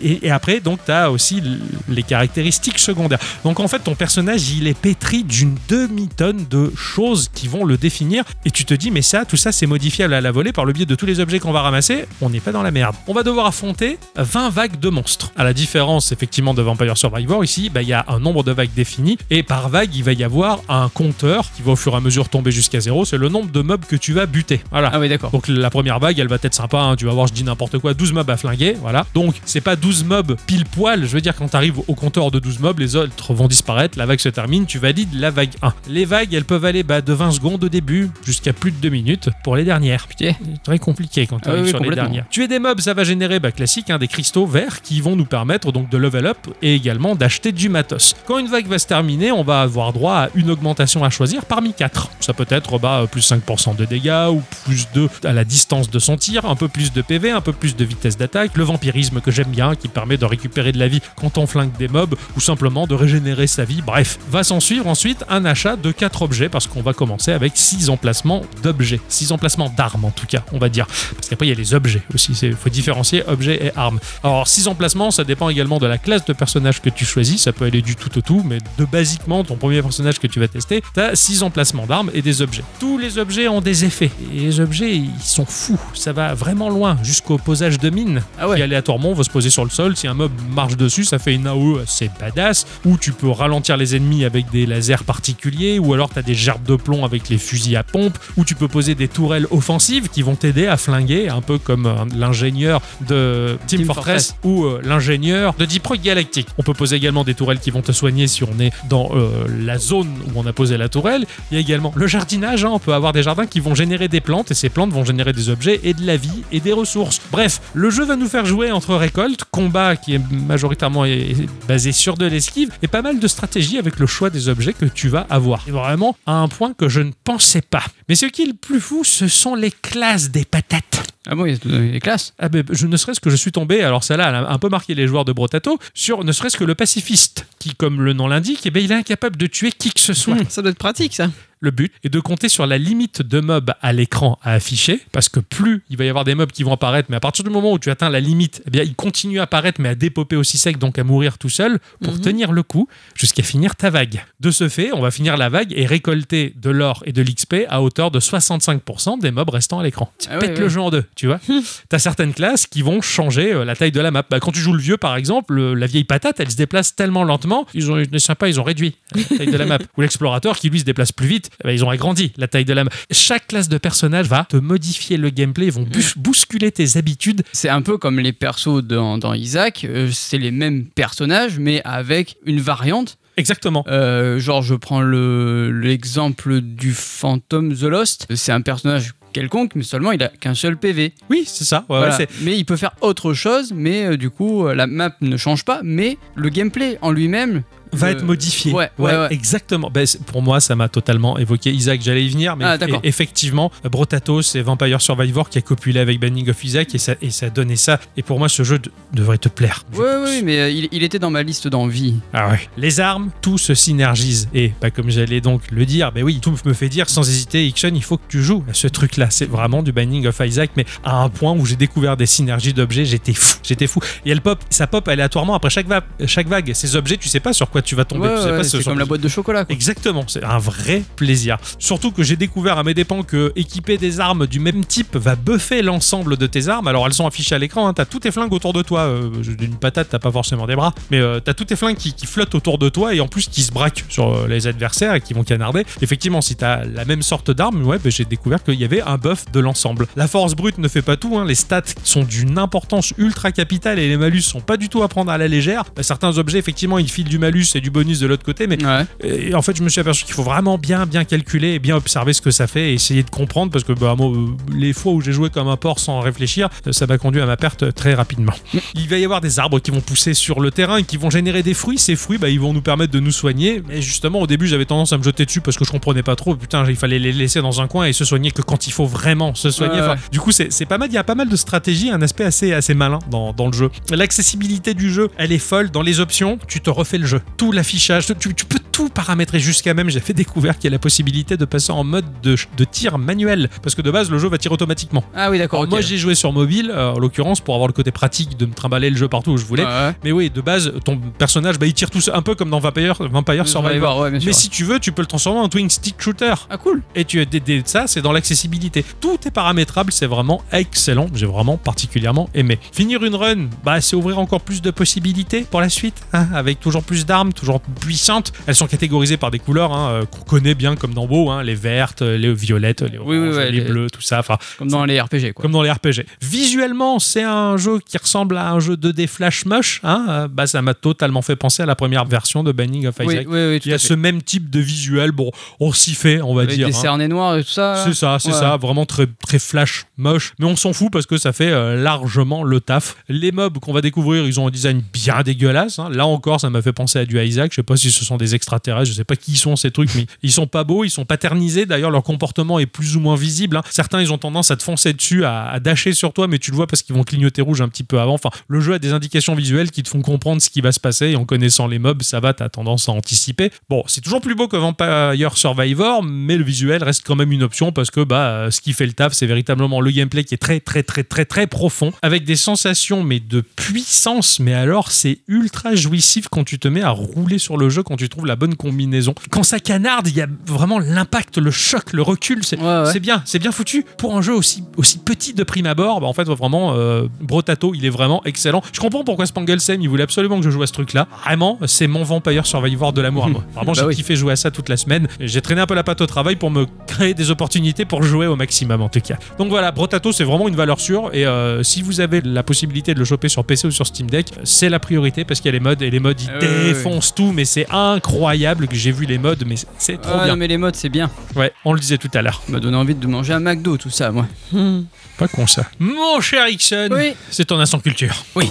et, et après, donc, tu as aussi l- les caractéristiques secondaires. Donc, en fait, ton personnage, il est pétri d'une demi-tonne de choses qui vont le définir. Et tu te dis, mais ça, tout ça, c'est modifiable à la volée par le biais de tous les objets qu'on va ramasser. On n'est pas dans la merde. On va devoir affronter 20 vagues de monstres. À la différence, effectivement, de Vampire Survivor, ici, bah, il y a un nombre de vagues défini. Et par vague, il va y avoir un compteur qui va au fur et à mesure tomber jusqu'à zéro. C'est le nombre de mobs que tu vas buter. Voilà.
Ah ouais, d'accord.
Donc la première vague, elle va être sympa, hein. tu vas voir, je dis n'importe quoi, 12 mobs à flinguer, voilà. Donc c'est pas 12 mobs pile poil, je veux dire quand t'arrives au compteur de 12 mobs, les autres vont disparaître, la vague se termine, tu valides la vague 1. Les vagues, elles peuvent aller bah, de 20 secondes au début jusqu'à plus de 2 minutes pour les dernières.
Putain.
Très compliqué quand
Ah
t'arrives
oui,
sur les
complètement.
dernières. Tuer des mobs, ça va générer bah, classique hein, des cristaux verts qui vont nous permettre donc de level up et également d'acheter du matos. Quand une vague va se terminer, on va avoir droit à une augmentation à choisir parmi quatre. Ça peut être bah, plus 5% de dégâts ou plus de à la distance de son tir, un peu plus de PV, un peu plus de vitesse d'attaque, le vampirisme que j'aime bien qui permet de récupérer de la vie quand on flingue des mobs ou simplement de régénérer sa vie. Bref, va s'en suivre ensuite un achat de quatre objets parce qu'on va commencer avec six emplacements d'objets, six emplacements d'armes en tout cas, on va dire. Parce qu'après, il y a les objets aussi. Il faut différencier objets et armes. Alors, six emplacements, ça dépend également de la classe de personnage que tu choisis. Ça peut aller du tout au tout, mais de basiquement, ton premier personnage que tu vas tester, tu as six emplacements d'armes et des objets. Tous les objets ont des effets. Et les objets, ils sont fous. Ça va vraiment loin, jusqu'au posage de mine
Ah ouais.
qui aléatoirement va se poser sur le sol. Si un mob marche dessus, ça fait une AOE assez badass, ou tu peux ralentir les ennemis avec des lasers particuliers, ou alors tu as des gerbes de plomb avec les fusils à pompe, ou tu peux poser des tourelles offensives qui vont t'aider à flinguer, un peu comme euh, l'ingénieur de Team,
Team
Fortress, ou euh, l'ingénieur de Deep Rock Galactic. On peut poser également des tourelles qui vont te soigner si on est dans euh, la zone où on a posé la tourelle. Il y a également le jardinage, hein. on peut avoir des jardins qui vont générer des plantes et ces plantes vont générer des objets et de la vie et des ressources. Bref, le jeu va nous faire jouer entre récoltes, combat qui est majoritairement est- est basé sur de l'esquive et pas mal de stratégies avec le choix des objets que tu vas avoir. Et vraiment à un point que je ne pensais pas. Mais ce qui est le plus fou, ce sont les classes des patates.
Ah bon, il y a tout- il y a des classes.
Ah ben, je ne serait-ce que je suis tombé, alors celle-là, elle a un peu marqué les joueurs de Brotato, sur ne serait-ce que le pacifiste, qui, comme le nom l'indique, eh ben, il est incapable de tuer qui que ce soit.
Ça doit être pratique, ça.
Le but est de compter sur la limite de mobs à l'écran à afficher, parce que plus il va y avoir des mobs qui vont apparaître, mais à partir du moment où tu atteins la limite, eh bien, ils continuent à apparaître, mais à dépoper aussi sec, donc à mourir tout seul, pour
Mhm.
tenir le coup jusqu'à finir ta vague. De ce fait, on va finir la vague et récolter de l'or et de l'XP à hauteur de 65% des mobs restant à l'écran. Tu
Ah ouais,
pètes
ouais.
le jeu en deux, tu vois. T'as certaines classes qui vont changer euh, la taille de la map. Bah, quand tu joues le vieux, par exemple, euh, la vieille patate, elle se déplace tellement lentement, ils ont été sympas, ils ont réduit la taille de la map. Ou l'explorateur qui lui se déplace plus vite, eh ben, ils ont agrandi la taille de la map. Chaque classe de personnage va te modifier le gameplay, ils vont
Mm.
bus- bousculer tes habitudes.
C'est un peu comme les persos dans, dans Isaac. euh, c'est les mêmes personnages, mais avec une variante.
Exactement.
Euh, genre, je prends le- l'exemple du fantôme The Lost. C'est un personnage quelconque, mais seulement il a qu'un seul PV.
Oui, c'est ça. Ouais, ouais,
Voilà.
c'est-
Mais il peut faire autre chose, mais euh, du coup, euh, la map ne change pas, mais le gameplay en lui-même
va
le-
être modifié.
Ouais, ouais, ouais.
exactement. Ben, c'est- pour moi, ça m'a totalement évoqué Isaac. J'allais y venir, mais
Ah, d'accord.
e- effectivement, Brotato, c'est Vampire Survivor qui a copulé avec Banning of Isaac et ça, et ça donnait ça. Et pour moi, ce jeu de- devrait te plaire. je
Oui,
pense.
oui, mais euh, il, il était dans ma liste d'envie.
Ah ouais. Les armes, tout se synergise. Et bah, comme j'allais donc le dire, ben oui, tout me fait dire sans hésiter, Iction, il faut que tu joues à ce truc-là. C'est vraiment du Binding of Isaac, mais à un point où j'ai découvert des synergies d'objets, j'étais fou. J'étais fou. Et elle pop, ça pop aléatoirement après chaque, va- chaque vague. Ces objets, tu sais pas sur quoi tu vas tomber.
Ouais,
tu sais
ouais,
pas ce-
c'est
sur-
comme la boîte de chocolat. quoi.
Exactement, c'est un vrai plaisir. Surtout que j'ai découvert à mes dépens que équiper des armes du même type va buffer l'ensemble de tes armes. Alors elles sont affichées à l'écran, hein. t'as tous tes flingues autour de toi. Euh, D'une patate, t'as pas forcément des bras, mais euh, t'as tous tes flingues qui, qui flottent autour de toi et en plus qui se braquent sur euh, les adversaires et qui vont canarder. Effectivement, si t'as la même sorte d'arme, ouais, bah, j'ai découvert qu'il y avait un buff de l'ensemble. La force brute ne fait pas tout, hein. les stats sont d'une importance ultra capitale et les malus sont pas du tout à prendre à la légère. Bah, certains objets, effectivement, ils filent du malus et du bonus de l'autre côté, mais
Ouais.
et en fait, je me suis aperçu qu'il faut vraiment bien, bien calculer et bien observer ce que ça fait et essayer de comprendre parce que bah, moi, euh, les fois où j'ai joué comme un porc sans réfléchir, euh, ça m'a conduit à ma perte très rapidement. Il va y avoir des arbres qui vont pousser sur le terrain et qui vont générer des fruits. Ces fruits, bah, ils vont nous permettre de nous soigner. Mais justement, au début, j'avais tendance à me jeter dessus parce que je comprenais pas trop. Putain, il fallait les laisser dans un coin et se soigner que quand il faut vraiment se soigner.
Ouais,
Enfin,
ouais.
du coup, c'est c'est pas mal. Il y a pas mal de stratégies, un aspect assez, assez malin dans, dans le jeu. L'accessibilité du jeu, elle est folle. Dans les options, tu te refais le jeu. Tout l'affichage, tu, tu peux tout paramétrer jusqu'à même. J'avais découvert qu'il y a la possibilité de passer en mode de, de tir manuel. Parce que de base, le jeu va tirer automatiquement.
Ah oui, d'accord.
Alors,
ok.
Moi, j'ai joué sur mobile, euh, en l'occurrence, pour avoir le côté pratique de me trimballer le jeu partout où je voulais.
Ouais, ouais.
Mais oui, de base, ton personnage, bah, il tire tout seul, un peu comme dans Vampire, Vampire
Je vais aller
Survivor.
voir, ouais, Mmh, bien sûr.
Mais si tu veux, tu peux le transformer en twin stick shooter.
Ah cool.
Et tu des- des- ça, c'est dans l'accessibilité. Tout est paramétrable, c'est vraiment excellent. J'ai vraiment particulièrement aimé. Finir une run, bah, c'est ouvrir encore plus de possibilités pour la suite, hein, avec toujours plus d'armes, toujours puissantes. Elles sont catégorisées par des couleurs hein, euh, qu'on connaît bien comme dans WoW, hein, les vertes, les violettes, les,
Oui, oui,
oranges,
ouais,
les
les-
bleus, tout ça. Enfin,
Comme dans les RPG quoi.
comme dans les RPG. Visuellement, c'est un jeu qui ressemble à un jeu 2D flash moche. hein, euh, bah, ça m'a totalement fait penser à la première version de Binding of
oui,
Isaac.
oui, oui,
Il
tout
y a
à fait.
ce même type de visuel. Bon, on s'y fait, on va
Avec
dire.
des
hein.
cernets noirs et tout ça. là.
C'est ça, c'est
Ouais.
ça, vraiment très, très flash, moche. Mais on s'en fout parce que ça fait euh, largement le taf. Les mobs qu'on va découvrir, ils ont un design bien dégueulasse. hein. Là encore, ça m'a fait penser à du Isaac. Je sais pas si ce sont des extraterrestres, je sais pas qui sont ces trucs, mais ils sont pas beaux, ils sont paternisés. D'ailleurs, leur comportement est plus ou moins visible. hein. Certains, ils ont tendance à te foncer dessus, à, à dasher sur toi, mais tu le vois parce qu'ils vont clignoter rouge un petit peu avant. Enfin, le jeu a des indications visuelles qui te font comprendre ce qui va se passer. Et en connaissant les mobs, ça va, t'as tendance à anticiper. Bon, c'est toujours plus beau que Vampire Survivor, mais le visuel reste quand même une option parce que bah, euh, ce qui fait le taf, c'est véritablement le gameplay qui est très, très, très, très, très profond, avec des sensations, mais de puissance. Mais alors, c'est ultra jouissif quand tu te mets à rouler sur le jeu, quand tu trouves la bonne combinaison. Quand ça canarde, il y a vraiment l'impact, le choc, le recul. C'est
Ouais, ouais.
c'est bien, c'est bien foutu. Pour un jeu aussi, aussi petit de prime abord, bah en fait, vraiment, euh, Brotato, il est vraiment excellent. Je comprends pourquoi Spanglesem, il voulait absolument que je joue à ce truc-là. Vraiment, c'est mon Vampire Survivor de l'amour à moi. Vraiment,
Bah
j'ai
oui.
kiffé jouer à ça toute la semaine. J'ai traîné un peu la patte au travail pour me créer des opportunités pour jouer au maximum, en tout cas. Donc voilà, Brotato, c'est vraiment une valeur sûre. Et euh, si vous avez la possibilité de le choper sur PC ou sur Steam Deck, c'est la priorité parce qu'il y a les modes et les modes, ils
Ah oui, oui, oui.
défoncent tout. Mais c'est incroyable que j'ai vu les modes, mais c'est trop
Ah,
bien.
non, mais les modes c'est bien.
Ouais, on le disait tout à l'heure.
Ça m'a donné envie de manger un McDo tout ça moi.
Hmm.
Pas con ça. Mon cher Ixon,
Oui.
c'est ton instant culture.
Oui.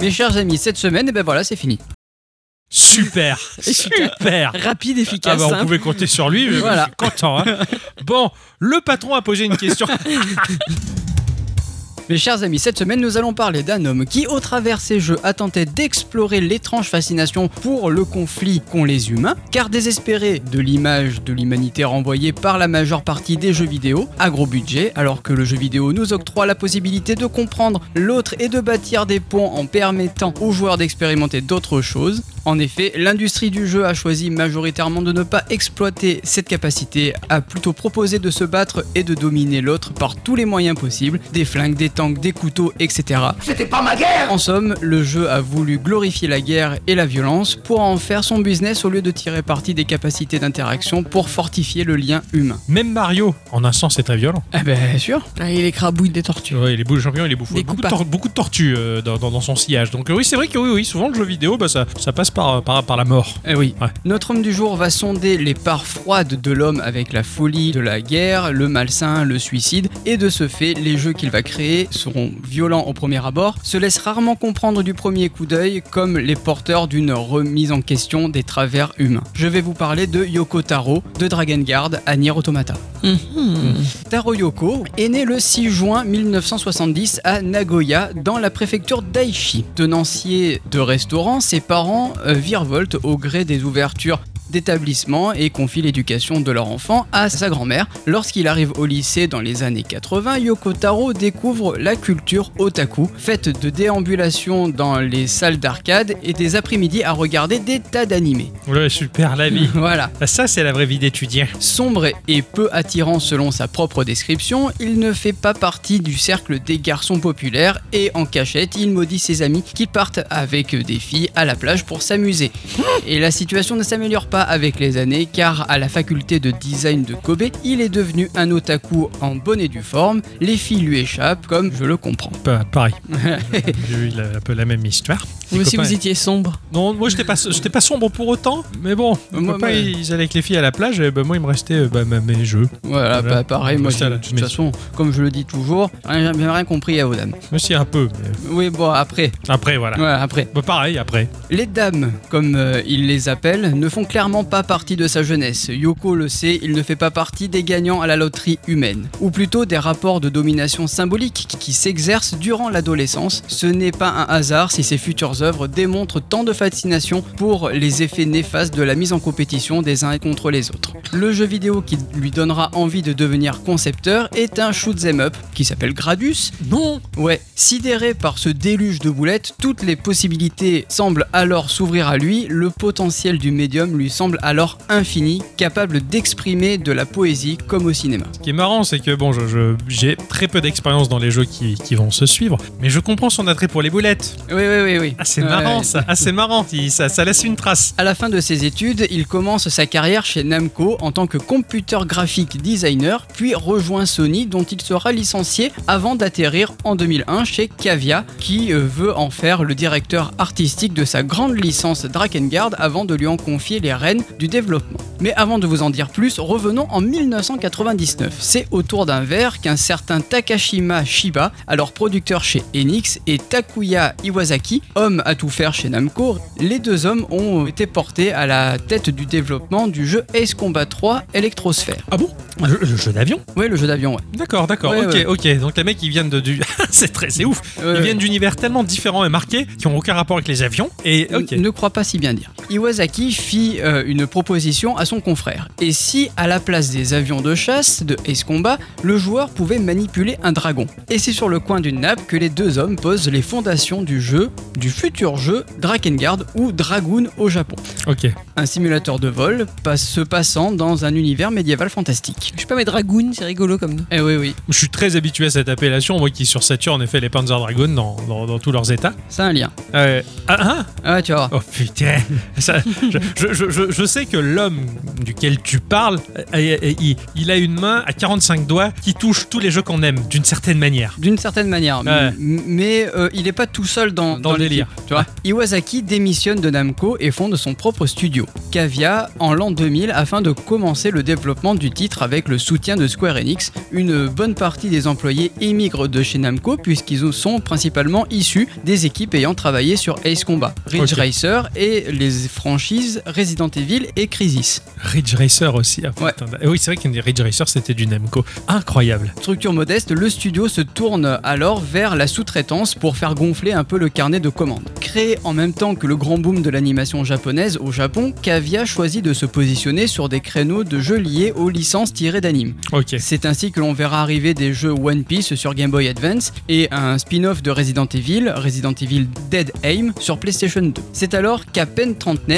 Mes chers amis, cette semaine, et ben voilà, c'est fini.
Super, super.
Rapide, efficace,
Ah bah on
simple.
pouvait compter sur lui, mais
Voilà.
je suis content. hein. Bon, le patron a posé une question.
Mes chers amis, cette semaine nous allons parler d'un homme qui, au travers de ses jeux, a tenté d'explorer l'étrange fascination pour le conflit qu'ont les humains, car désespéré de l'image de l'humanité renvoyée par la majeure partie des jeux vidéo, à gros budget, alors que le jeu vidéo nous octroie la possibilité de comprendre l'autre et de bâtir des ponts en permettant aux joueurs d'expérimenter d'autres choses. En effet, l'industrie du jeu a choisi majoritairement de ne pas exploiter cette capacité, a plutôt proposé de se battre et de dominer l'autre par tous les moyens possibles, des flingues, des tanks, des couteaux, etc. C'était pas ma guerre En somme, le jeu a voulu glorifier la guerre et la violence pour en faire son business au lieu de tirer parti des capacités d'interaction pour fortifier le lien humain.
Même Mario, en un sens, c'est très violent.
Eh ben sûr
Ah, il écrabouille des tortues.
Ouais, il est beau, champion, il est bouffon.
Des
Beaucoup de,
coupas.
tor- beaucoup de tortues euh, dans, dans- dans son sillage. Donc euh, oui, c'est vrai que oui, oui, souvent le jeu vidéo, bah, ça, ça passe par, par, par la mort.
Eh oui.
Ouais.
Notre homme du jour va sonder les parts froides de l'homme avec la folie de la guerre, le malsain, le suicide, et de ce fait, les jeux qu'il va créer seront violents au premier abord, se laissent rarement comprendre du premier coup d'œil comme les porteurs d'une remise en question des travers humains. Je vais vous parler de Yoko Taro, de Dragon Guard à Nier Automata. Taro Yoko est né le 6 juin 1970 à Nagoya, dans la préfecture d'Aichi. Tenancier de restaurant, ses parents euh, virevoltent au gré des ouvertures d'établissements et confient l'éducation de leur enfant à sa grand-mère. Lorsqu'il arrive au lycée dans les années 80, Yoko Taro découvre la culture otaku, faite de déambulations dans les salles d'arcade et des après-midi à regarder des tas d'animés.
Ouais, super, la vie.
Voilà.
Ça, c'est la vraie vie d'étudiant.
Sombre et peu attirant selon sa propre description, il ne fait pas partie du cercle des garçons populaires et en cachette, il maudit ses amis qui partent avec des filles à la plage pour s'amuser. Et la situation ne s'améliore pas avec les années car à la faculté de design de Kobe, il est devenu un otaku en bonne et due forme, les filles lui échappent comme je le comprends.
Pa- pareil. J'ai eu la- un peu la même histoire.
Vous
Les
aussi,
copains-
vous étiez sombre.
Non, moi j'étais pas, j'étais pas sombre pour autant, mais bon, mes
Euh, moi-
copains,
moi-
ils allaient avec les filles à la plage, et ben moi il me restait euh, bah, ma- mes jeux.
Voilà,
Voilà.
bah, pareil, moi
Tout ça,
de
là,
toute
mais-
façon, comme je le dis toujours, rien- j'ai rien compris à vos dames.
Mais si, un peu. mais
Oui, bon, après,
Après, voilà.
ouais, après.
Bah, pareil, après.
Les dames, comme euh, il les appelle, ne font clairement pas partie de sa jeunesse. Yoko le sait, il ne fait pas partie des gagnants à la loterie humaine. Ou plutôt des rapports de domination symbolique qui s'exercent durant l'adolescence. Ce n'est pas un hasard si ses futures œuvres démontrent tant de fascination pour les effets néfastes de la mise en compétition des uns contre les autres. Le jeu vidéo qui lui donnera envie de devenir concepteur est un shoot 'em up qui s'appelle Gradus
Non
Ouais, sidéré par ce déluge de boulettes, toutes les possibilités semblent alors s'ouvrir à lui, le potentiel du médium lui semble alors infini, capable d'exprimer de la poésie comme au cinéma.
Ce qui est marrant, c'est que bon, je- je- j'ai très peu d'expérience dans les jeux qui, qui vont se suivre, mais je comprends son attrait pour les boulettes.
Oui, oui, oui, oui.
Ah, c'est
Ouais,
marrant
ouais.
ça, ah, c'est marrant, Il- ça, ça laisse une trace.
À la fin de ses études, il commence sa carrière chez Namco en tant que computer graphic designer, puis rejoint Sony dont il sera licencié avant d'atterrir en 2001 chez Cavia, qui euh, veut en faire le directeur artistique de sa grande licence Drakengard avant de lui en confier les rênes du développement. Mais avant de vous en dire plus, revenons en 1999. C'est autour d'un verre qu'un certain Takashima Shiba, alors producteur chez Enix, et Takuya Iwasaki, homme à tout faire chez Namco, les deux hommes ont été portés à la tête du développement du jeu Ace Combat 3 Electrosphere.
Ah bon le, le jeu d'avion
Ouais, le jeu d'avion, ouais.
D'accord, d'accord,
Ouais,
ok,
ouais.
ok. Donc les mecs, ils viennent de du. c'est très, c'est ouf.
Ouais,
Ils
ouais.
viennent d'univers tellement différents et marqués qui ont aucun rapport avec les avions. Et ok.
N- ne crois pas si bien dire. Iwasaki fit euh, une proposition à son confrère. Et si, à la place des avions de chasse de Ace Combat, le joueur pouvait manipuler un dragon Et c'est sur le coin d'une nappe que les deux hommes posent les fondations du jeu, du futur jeu Drakengard ou Dragoon au Japon.
Ok.
Un simulateur de vol pas- se passant dans un univers médiéval fantastique.
Je sais pas, mais Dragoon, c'est rigolo comme nom.
Eh oui, oui,
Je suis très habitué à cette appellation, moi qui sur Saturn ai fait les Panzer Dragon dans, dans- dans tous leurs états.
c'est un lien.
Euh, ah, ah
Ah, tu vas voir.
Oh putain Ça, je, je- je- je- je sais que l'homme duquel tu parles, euh, euh, euh, il, il a une main à 45 doigts qui touche tous les jeux qu'on aime, d'une certaine manière.
D'une certaine manière,
Ouais.
M- mais euh, il n'est pas tout seul dans,
Dans le
l'équipe, Tu vois, Iwasaki démissionne de Namco et fonde son propre studio, Cavia, en l'an 2000 afin de commencer le développement du titre avec le soutien de Square Enix. Une bonne partie des employés émigrent de chez Namco puisqu'ils sont principalement issus des équipes ayant travaillé sur Ace Combat, Ridge
Ok.
Racer et les franchises Resident Evil et Crisis.
Ridge Racer aussi. ah,
Ouais.
putain. Eh Oui, c'est vrai qu'une des Ridge Racer, c'était du Namco. Incroyable.
Structure modeste, le studio se tourne alors vers la sous-traitance pour faire gonfler un peu le carnet de commandes. Créé en même temps que le grand boom de l'animation japonaise au Japon, Cavia choisit de se positionner sur des créneaux de jeux liés aux licences tirées d'animes.
Ok.
C'est ainsi que l'on verra arriver des jeux One Piece sur Game Boy Advance et un spin-off de Resident Evil, Resident Evil Dead Aim, sur PlayStation 2. C'est alors qu'à peine trentenaire,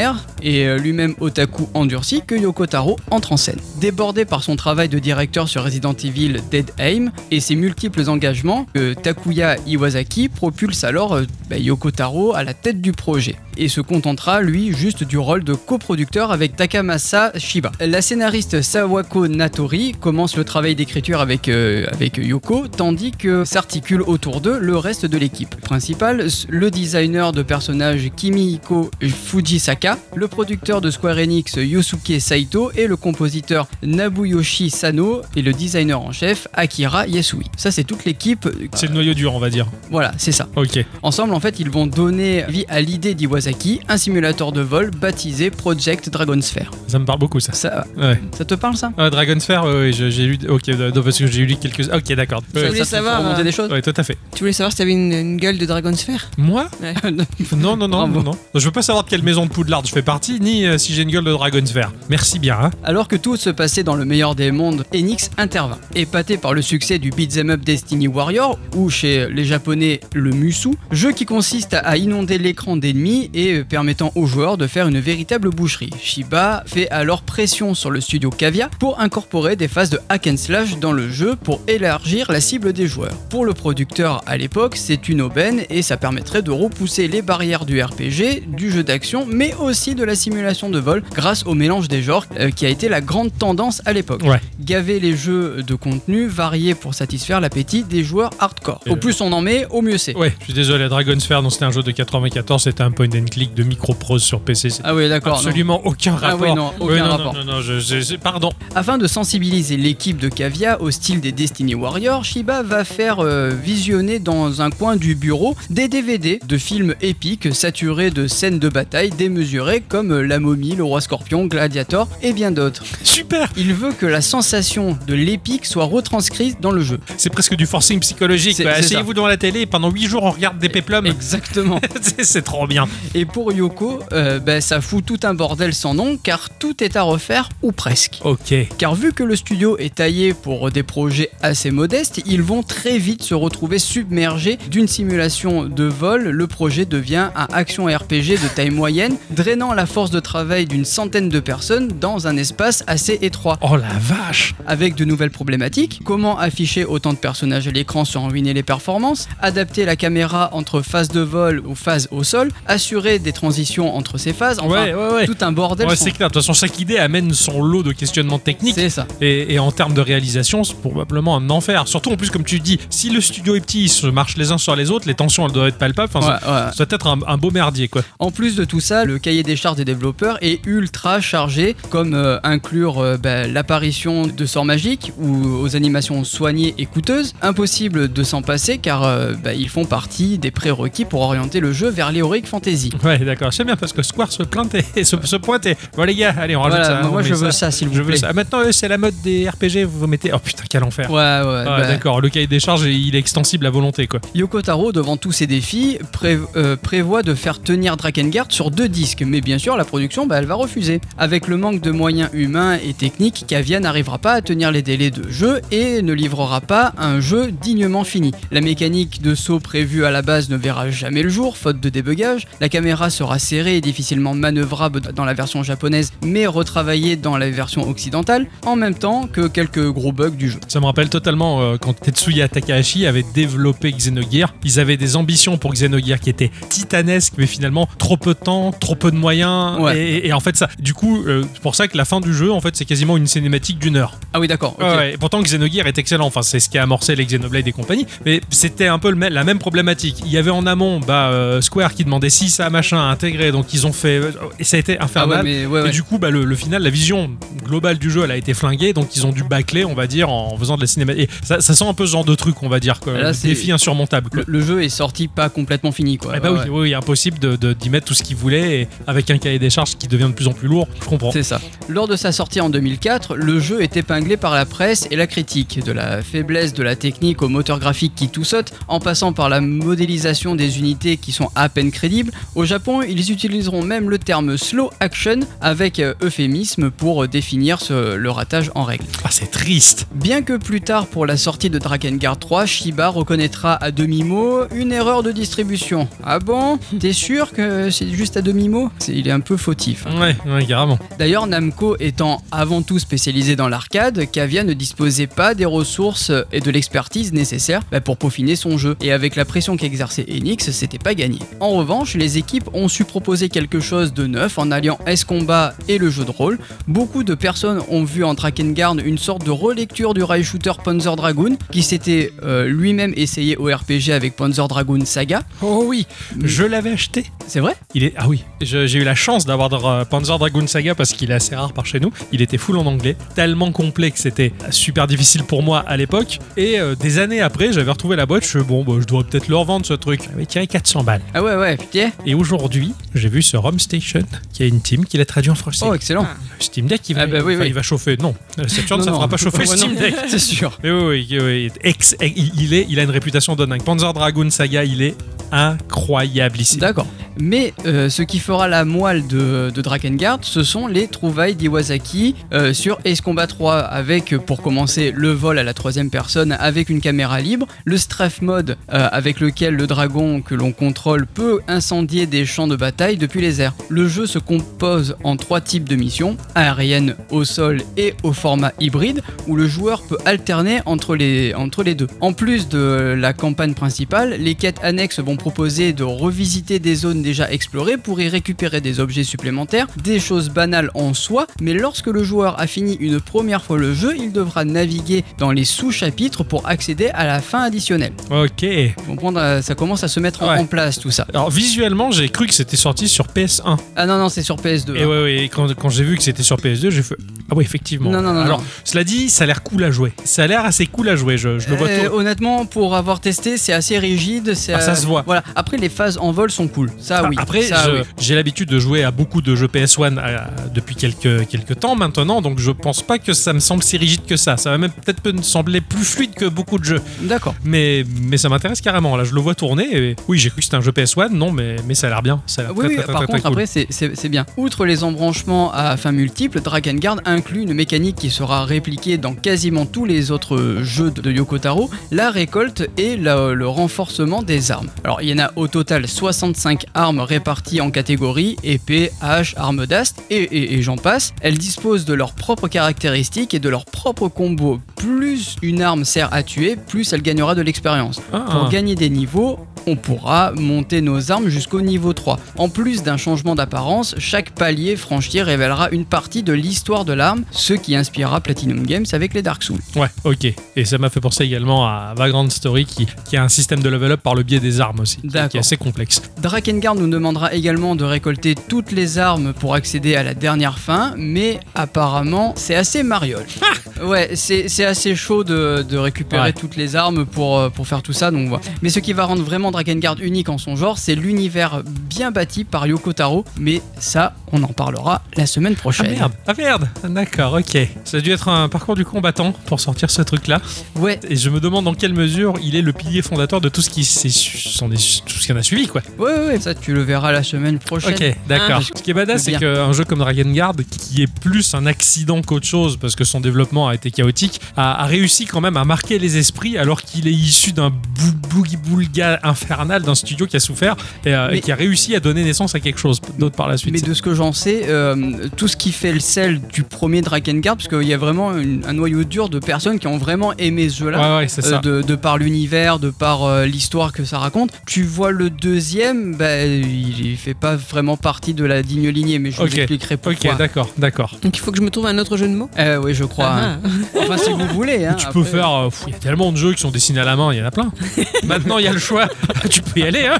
et euh, lui-même otaku endurci, que Yoko Taro entre en scène. Débordé par son travail de directeur sur Resident Evil Dead Aim et ses multiples engagements, que Takuya Iwasaki propulse alors euh, bah, Yoko Taro à la tête du projet et se contentera lui juste du rôle de coproducteur avec Takamasa Shiba. La scénariste Sawako Nato Satori commence le travail d'écriture avec, euh, avec Yoko, tandis que s'articule autour d'eux le reste de l'équipe principale, s- le designer de personnages Kimihiko Fujisaka, le producteur de Square Enix Yosuke Saito et le compositeur Nabuyoshi Sano et le designer en chef Akira Yasui. Ça c'est toute l'équipe. euh,
C'est le noyau dur, on va dire.
Voilà, c'est ça.
Ok.
Ensemble, en fait, ils vont donner vie à l'idée d'Iwasaki, un simulateur de vol baptisé Project Dragon Sphere.
Ça me parle beaucoup, ça.
Ça,
Ouais.
ça te parle, ça
Ah, Dragon Sphere, ouais, ouais, je- j'ai lu. Ok, euh, non, parce que j'ai lu quelques. Ok, d'accord. Ouais,
Ça- ça
voulais
te fait
savoir,
remonter
euh,
des choses
ouais, tout à fait.
Tu voulais savoir si t'avais une, une gueule de Dragon Sphere
Moi Non, non, non,
Bravo.
non, non. Je veux pas savoir de quelle maison de Poudlard je fais partie, ni euh, si j'ai une gueule de Dragon Sphere. Merci bien, hein.
Alors que tout se passait dans le meilleur des mondes, Enix intervint. Épaté par le succès du Beat'em Up Destiny Warrior, ou chez les japonais le Musu, jeu qui consiste à inonder l'écran d'ennemis et euh, permettant aux joueurs de faire une véritable boucherie. Shiba fait alors pression sur le studio Cavia pour incorporer des phases de hack and slash dans le jeu pour élargir la cible des joueurs. Pour le producteur à l'époque, c'est une aubaine et ça permettrait de repousser les barrières du RPG, du jeu d'action, mais aussi de la simulation de vol grâce au mélange des genres euh, qui a été la grande tendance à l'époque.
Ouais.
Gaver les jeux de contenu variés pour satisfaire l'appétit des joueurs hardcore. Au plus on en met, au mieux c'est.
Ouais, je suis désolé, Dragon Sphere, non, c'était un jeu de 94, c'était un point and click de microprose sur PC. c'était
Ah oui, d'accord. non.
Absolument aucun
Ah
rapport.
oui, non, aucun
Ouais, non, non,
rapport.
Non, non, je- je- je- pardon.
Afin de sensibiliser l'équipe de Cavia au style des Destiny Warriors, Shiba va faire euh, visionner dans un coin du bureau des DVD de films épiques saturés de scènes de bataille démesurées comme euh, La momie, Le roi scorpion, Gladiator et bien d'autres.
Super
Il veut que la sensation de l'épique soit retranscrite dans le jeu.
C'est presque du forcing psychologique.
C'est-
quoi.
c'est
Asseyez-vous devant la télé et pendant 8 jours on regarde des péplums.
Exactement.
C'est- C'est trop bien.
Et pour Yoko, euh, ben, ça fout tout un bordel sans nom car tout est à refaire ou presque.
Ok.
Car vu que le studio est taillé pour des projets assez modestes, ils vont très vite se retrouver submergés d'une simulation de vol. Le projet devient un action RPG de taille moyenne, drainant la force de travail d'une centaine de personnes dans un espace assez étroit.
Oh la vache
Avec de nouvelles problématiques, comment afficher autant de personnages à l'écran sans ruiner les performances, adapter la caméra entre phase de vol ou phase au sol, assurer des transitions entre ces phases, enfin
Ouais, ouais, ouais.
tout un bordel.
Ouais,
sans-
c'est clair. De toute façon, chaque idée amène son lot de questionnements techniques.
c'est ça.
Et, et en termes de réalisation, c'est probablement un enfer. Surtout en plus, comme tu dis, si le studio est petit, ils se marchent les uns sur les autres, les tensions elles doivent être palpables. Enfin,
Ouais,
ça-
ouais.
ça, doit être un, un beau merdier, quoi.
En plus de tout ça, le cahier des charges des développeurs est ultra chargé, comme euh, inclure euh, bah, l'apparition de sorts magiques ou aux animations soignées et coûteuses. Impossible de s'en passer car euh, bah, ils font partie des prérequis pour orienter le jeu vers l'héroïque fantasy.
Ouais, d'accord. C'est bien parce que Square se plantait et se, se pointait. Bon, les gars, allez, on rajoute
Voilà,
ça.
moi,
on
je
met
veux ça, s'il vous
Je veux
plaît.
ça. Maintenant, euh, c'est la mode des RPG, vous vous mettez. Oh putain, quel enfer.
Ouais, ouais,
Ah,
bah,
d'accord. Le cahier des charges, il est extensible à volonté, quoi.
Yoko Taro, devant tous ces défis, pré- euh, prévoit de faire tenir Drakengard sur deux disques, mais bien sûr, la production, bah, elle va refuser. Avec le manque de moyens humains et techniques, Cavia n'arrivera pas à tenir les délais de jeu et ne livrera pas un jeu dignement fini. La mécanique de saut prévue à la base ne verra jamais le jour, faute de débugage. La caméra sera serrée et difficilement manœuvrable dans la version japonaise, mais retravaillée dans la version occidentale, en même temps que quelques gros bugs du jeu.
Ça me rappelle totalement euh, quand Tetsuya Takahashi avait développé Xenogear. Ils avaient des ambitions pour Xenogear qui étaient titanesques, mais finalement trop peu de temps, trop peu de moyens.
Ouais.
Et, et en fait, ça, du coup, euh, c'est pour ça que la fin du jeu, en fait, c'est quasiment une cinématique d'une heure.
Ah oui, d'accord. ok.
Ouais, ouais. Et pourtant, Xenogear est excellent. Enfin, c'est ce qui a amorcé les Xenoblade et compagnie. Mais c'était un peu le mê- la même problématique. Il y avait en amont bah, euh, Square qui demandait si ça machin à intégrer. Donc ils ont fait. euh, Et ça a été
Ah
infernal.
ouais, mais ouais,
Et
ouais.
du coup, bah, le, le final, la vision globale du jeu, elle a été flinguée, donc ils ont dû bâcler, on va dire, en faisant de la cinéma. Et ça, ça sent un peu ce genre de truc, on va dire, quoi.
Là,
Le
c'est-
défi insurmontable. Quoi.
le, le jeu est sorti pas complètement fini quoi.
Eh bah
Ouais,
oui, oui, impossible de- de- d'y mettre tout ce qu'ils voulaient et avec un cahier des charges qui devient de plus en plus lourd. Je comprends.
C'est ça. Lors de sa sortie en 2004, le jeu est épinglé par la presse et la critique, de la faiblesse de la technique au moteur graphique qui tout saute, en passant par la modélisation des unités qui sont à peine crédibles. Au Japon, ils utiliseront même le terme slow action avec euh, euphémisme pour définir ce- le ratage en règle.
Ah, c'est triste.
Bien que plus tard pour la sortie de Drakengard 3, Shiba reconnaîtra à demi-mot une erreur de distribution. Ah bon T'es sûr que c'est juste à demi-mot C'est- Il est un peu fautif. hein.
Ouais, ouais, carrément.
D'ailleurs, Namco étant avant tout spécialisé dans l'arcade, Cavia ne disposait pas des ressources et de l'expertise nécessaires bah, pour peaufiner son jeu. Et avec la pression qu'exerçait Enix, c'était pas gagné. En revanche, les équipes ont su proposer quelque chose de neuf en alliant S-Combat et le jeu de rôle. Beaucoup de personnes ont vu en Track Guard une sorte de relecture du rail shooter Panzer Dragoon qui s'était euh, lui-même essayé au RPG avec Panzer Dragoon Saga.
Oh oui, je l'avais acheté.
C'est vrai
Il est ah oui, je- j'ai eu la chance d'avoir euh, Panzer Dragoon Saga parce qu'il est assez rare par chez nous. Il était full en anglais, tellement complet que c'était super difficile pour moi à l'époque. Et euh, des années après, j'avais retrouvé la boîte. Je suis bon, bah, je dois peut-être leur vendre ce truc. Mais tiens, 400 balles.
Ah ouais ouais putain.
Et aujourd'hui, j'ai vu sur Home Station qui a une team qui l'a traduit en français.
Oh excellent.
Steam Deck, il va,
Ah bah oui,
enfin,
oui.
il va chauffer. Non, la Saturn,
Non,
ça
non.
fera pas chauffer le
Ouais, non.
Steam Deck.
C'est sûr.
Mais oui, oui, oui, oui. Ex- il, il est, il a une réputation de dingue. Panzer Dragoon Saga, il est incroyable ici.
D'accord. Mais euh, ce qui fera la moelle de, de Drakengard, ce sont les trouvailles d'Iwasaki euh, sur Ace Combat 3 avec, euh, pour commencer, le vol à la troisième personne avec une caméra libre, le strafe mode euh, avec lequel le dragon que l'on contrôle peut incendier des champs de bataille depuis les airs. Le jeu se compose en trois types de missions, aérienne, au sol et au format hybride, où le joueur peut alterner entre les, entre les deux. En plus de la campagne principale, les quêtes annexes vont proposer de revisiter des zones déjà explorées pour y récupérer des objets supplémentaires, des choses banales en soi, mais lorsque le joueur a fini une première fois le jeu, il devra naviguer dans les sous-chapitres pour accéder à la fin additionnelle.
Ok.
Vous comprenez, euh, ça commence à se mettre en-
Ouais.
en place tout ça.
Alors visuellement, j'ai cru que c'était sorti sur PS1.
Ah non, non, c'est sur PS2.
Et
hein.
ouais, ouais, quand, quand j'ai vu que c'était sur PS2, j'ai fait ah ouais effectivement.
Non, non, non,
Alors
non.
cela dit, ça a l'air cool à jouer. Ça a l'air assez cool à jouer. Je, je le vois
Euh,
tout.
honnêtement, pour avoir testé, c'est assez rigide. c'est,
Ah, ça
euh,
se voit. Ah,
Voilà. Après, les phases en vol sont cool. Ça, ah oui.
Après,
Ça,
je-
oui.
j'ai l'habitude de jouer à beaucoup de jeux PS1 à- euh, depuis quelques, quelques temps maintenant, donc je pense pas que ça me semble si rigide que ça. Ça va même peut-être me sembler plus fluide que beaucoup de jeux.
D'accord.
Mais, mais ça m'intéresse carrément. Là, je le vois tourner. Et... Oui, j'ai cru que c'était un jeu PS1. Non, mais, mais ça a l'air bien. Ça a l'air
Ah Oui,
très,
oui,
très, très,
par
très,
contre,
cool.
après, c'est- c'est c'est bien. Outre les embranchements à fins multiples, Dragon Guard inclut une mécanique qui sera répliquée dans quasiment tous les autres jeux de de Yoko Taro, la récolte et la- le renforcement des armes. Alors, il y en a au total 65 armes réparties en catégories, épées, haches, armes d'ast, et, et- et j'en passe. Elles disposent de leurs propres caractéristiques et de leurs propres combos. Plus une arme sert à tuer, plus elle gagnera de l'expérience.
Ah,
Pour gagner des niveaux, on pourra monter nos armes jusqu'au niveau 3. En plus d'un changement d'apparence, chaque palier franchi révélera une partie de l'histoire de l'arme, ce qui inspirera Platinum Games avec les Dark Souls.
Ouais, ok. Et ça m'a fait penser également à Vagrant Story qui, qui a un système de level up par le biais des armes aussi, qui- qui est
D'accord.
assez complexe.
Drakengard nous demandera également de récolter toutes les armes pour accéder à la dernière fin, mais apparemment c'est assez mariole. ouais, c'est c'est assez chaud de, de récupérer
Ah Ouais.
toutes les armes pour, euh, pour faire tout ça, donc voilà. Mais ce qui va rendre vraiment Drakengard unique en son genre, c'est l'univers bien bâti par Yoko Taro, mais ça, on en parlera la semaine
Ah
prochaine.
merde, ah merde, d'accord, ok. Ça a dû être un parcours du combattant pour sortir ce truc-là.
ouais,
Et je me demande dans quelle mesure il est le pilier fondateur de tout ce qui s'est su- s'en est- tout ce qui en a suivi, quoi.
ouais, ouais, ouais, ça tu le verras la semaine prochaine.
Ok, d'accord.
Ah.
Ce qui est badass, c'est
Bien.
qu'un jeu comme Dragon Guard, qui est plus un accident qu'autre chose, parce que son développement a été chaotique, a, a réussi quand même à marquer les esprits, alors qu'il est issu d'un bou- boogie-boulga infernal d'un studio qui a souffert et, euh,
Mais-
et qui a réussi à donner naissance à quelque chose d'autre par la suite.
Mais de ce que j'en sais, euh, tout ce qui fait le sel du premier Drakengard, parce qu'il y a vraiment une- un noyau dur de personnes qui ont vraiment aimé ce jeu-là.
Ouais, ouais, c'est
euh,
ça.
de, de par l'univers, de par euh, l'histoire que ça raconte. Tu vois le deuxième, bah, il il fait pas vraiment partie de la digne lignée, mais je
Ok.
vous expliquerai
Ok,
pourquoi.
d'accord, d'accord.
Donc il faut que je me trouve un autre jeu de mots
Euh, oui, je crois. hein.
Ah,
Enfin, si vous voulez. hein,
tu peux
après-
faire. euh, pff, Il y a tellement de jeux qui sont dessinés à la main, il y en a plein. Maintenant, il y a le choix. tu peux y aller, hein.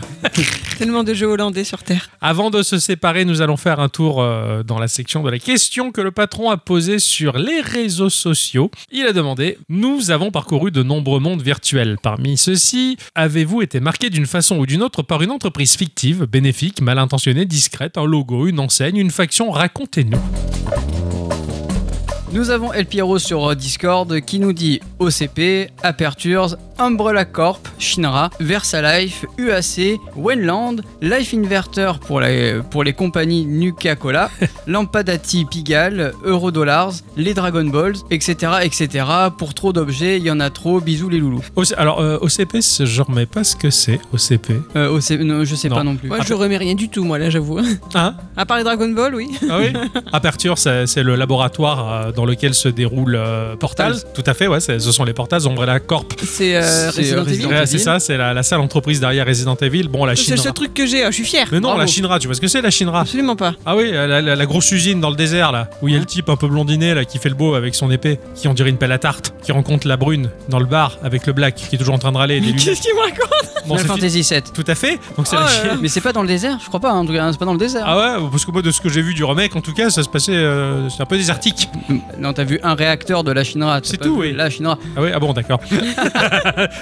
Tellement de jeux hollandais sur Terre.
Avant de se séparer, nous allons faire un tour euh, dans la section de la question que le patron a posée sur les réseaux sociaux. Il a demandé Nous avons parcouru de nombreux mondes virtuels. Parmi ceux-ci, avez-vous été marqué d'une façon ou d'une autre par une entreprise fictive, bénéfique, mal intentionnée, discrète, un logo, une enseigne, une faction Racontez-nous.
Nous avons El Piero sur euh, Discord qui nous dit OCP, Apertures, Umbrella Corp, Shinra, VersaLife, UAC, Wenland, Life Inverter pour les, pour les compagnies Nuka Cola, Lampadati Pigalle, Eurodollars, les Dragon Balls, etc. etc. Pour trop d'objets, il y en a trop, bisous les loulous.
Oc- Alors, euh, OCP, c'est- je remets pas ce que c'est, OCP.
Euh, OC non, je sais
Non.
pas non plus. Ah,
Moi,
bah.
je remets rien du tout, moi, là, j'avoue.
Hein
À part les Dragon Ball, oui.
Ah oui Aperture, c'est c'est le laboratoire euh, dans lequel se déroule euh, Portal. Tout à fait, ouais, c'est- ce sont les Portals Umbrella Corp.
C'est euh,
C'est, euh,
Resident Evil.
Resident-
Ouais,
Evil.
c'est ça, c'est la, la salle entreprise derrière Resident Evil. Bon, la
C'est le
Shinra.
seul truc que j'ai, hein, je suis fier.
Mais non,
Bravo.
la Shinra, tu vois ce que c'est la Shinra
Absolument pas.
Ah oui, la, la- la grosse usine dans le désert là, où il y a le type un peu blondiné là qui fait le beau avec son épée, qui on dirait une pelle à tarte, qui rencontre la brune dans le bar avec le black qui est toujours en train de râler. des lunettes.
Qu'est-ce qu'il me raconte
Bon, c'est
Final
fini.
Fantasy Ah VII.
Tout à fait. Donc c'est
Oh
la
là là.
Shinra.
Mais c'est pas dans le désert, je crois pas. hein, en tout cas, c'est pas dans le désert.
Ah ouais, parce que moi de ce que j'ai vu du remake, en tout cas, ça se passait, euh, c'est un peu désertique.
Non, t'as vu un réacteur de la Shinra. t'as
C'est
pas
tout,
vu
oui.
La Shinra.
Ah oui, ah bon, d'accord.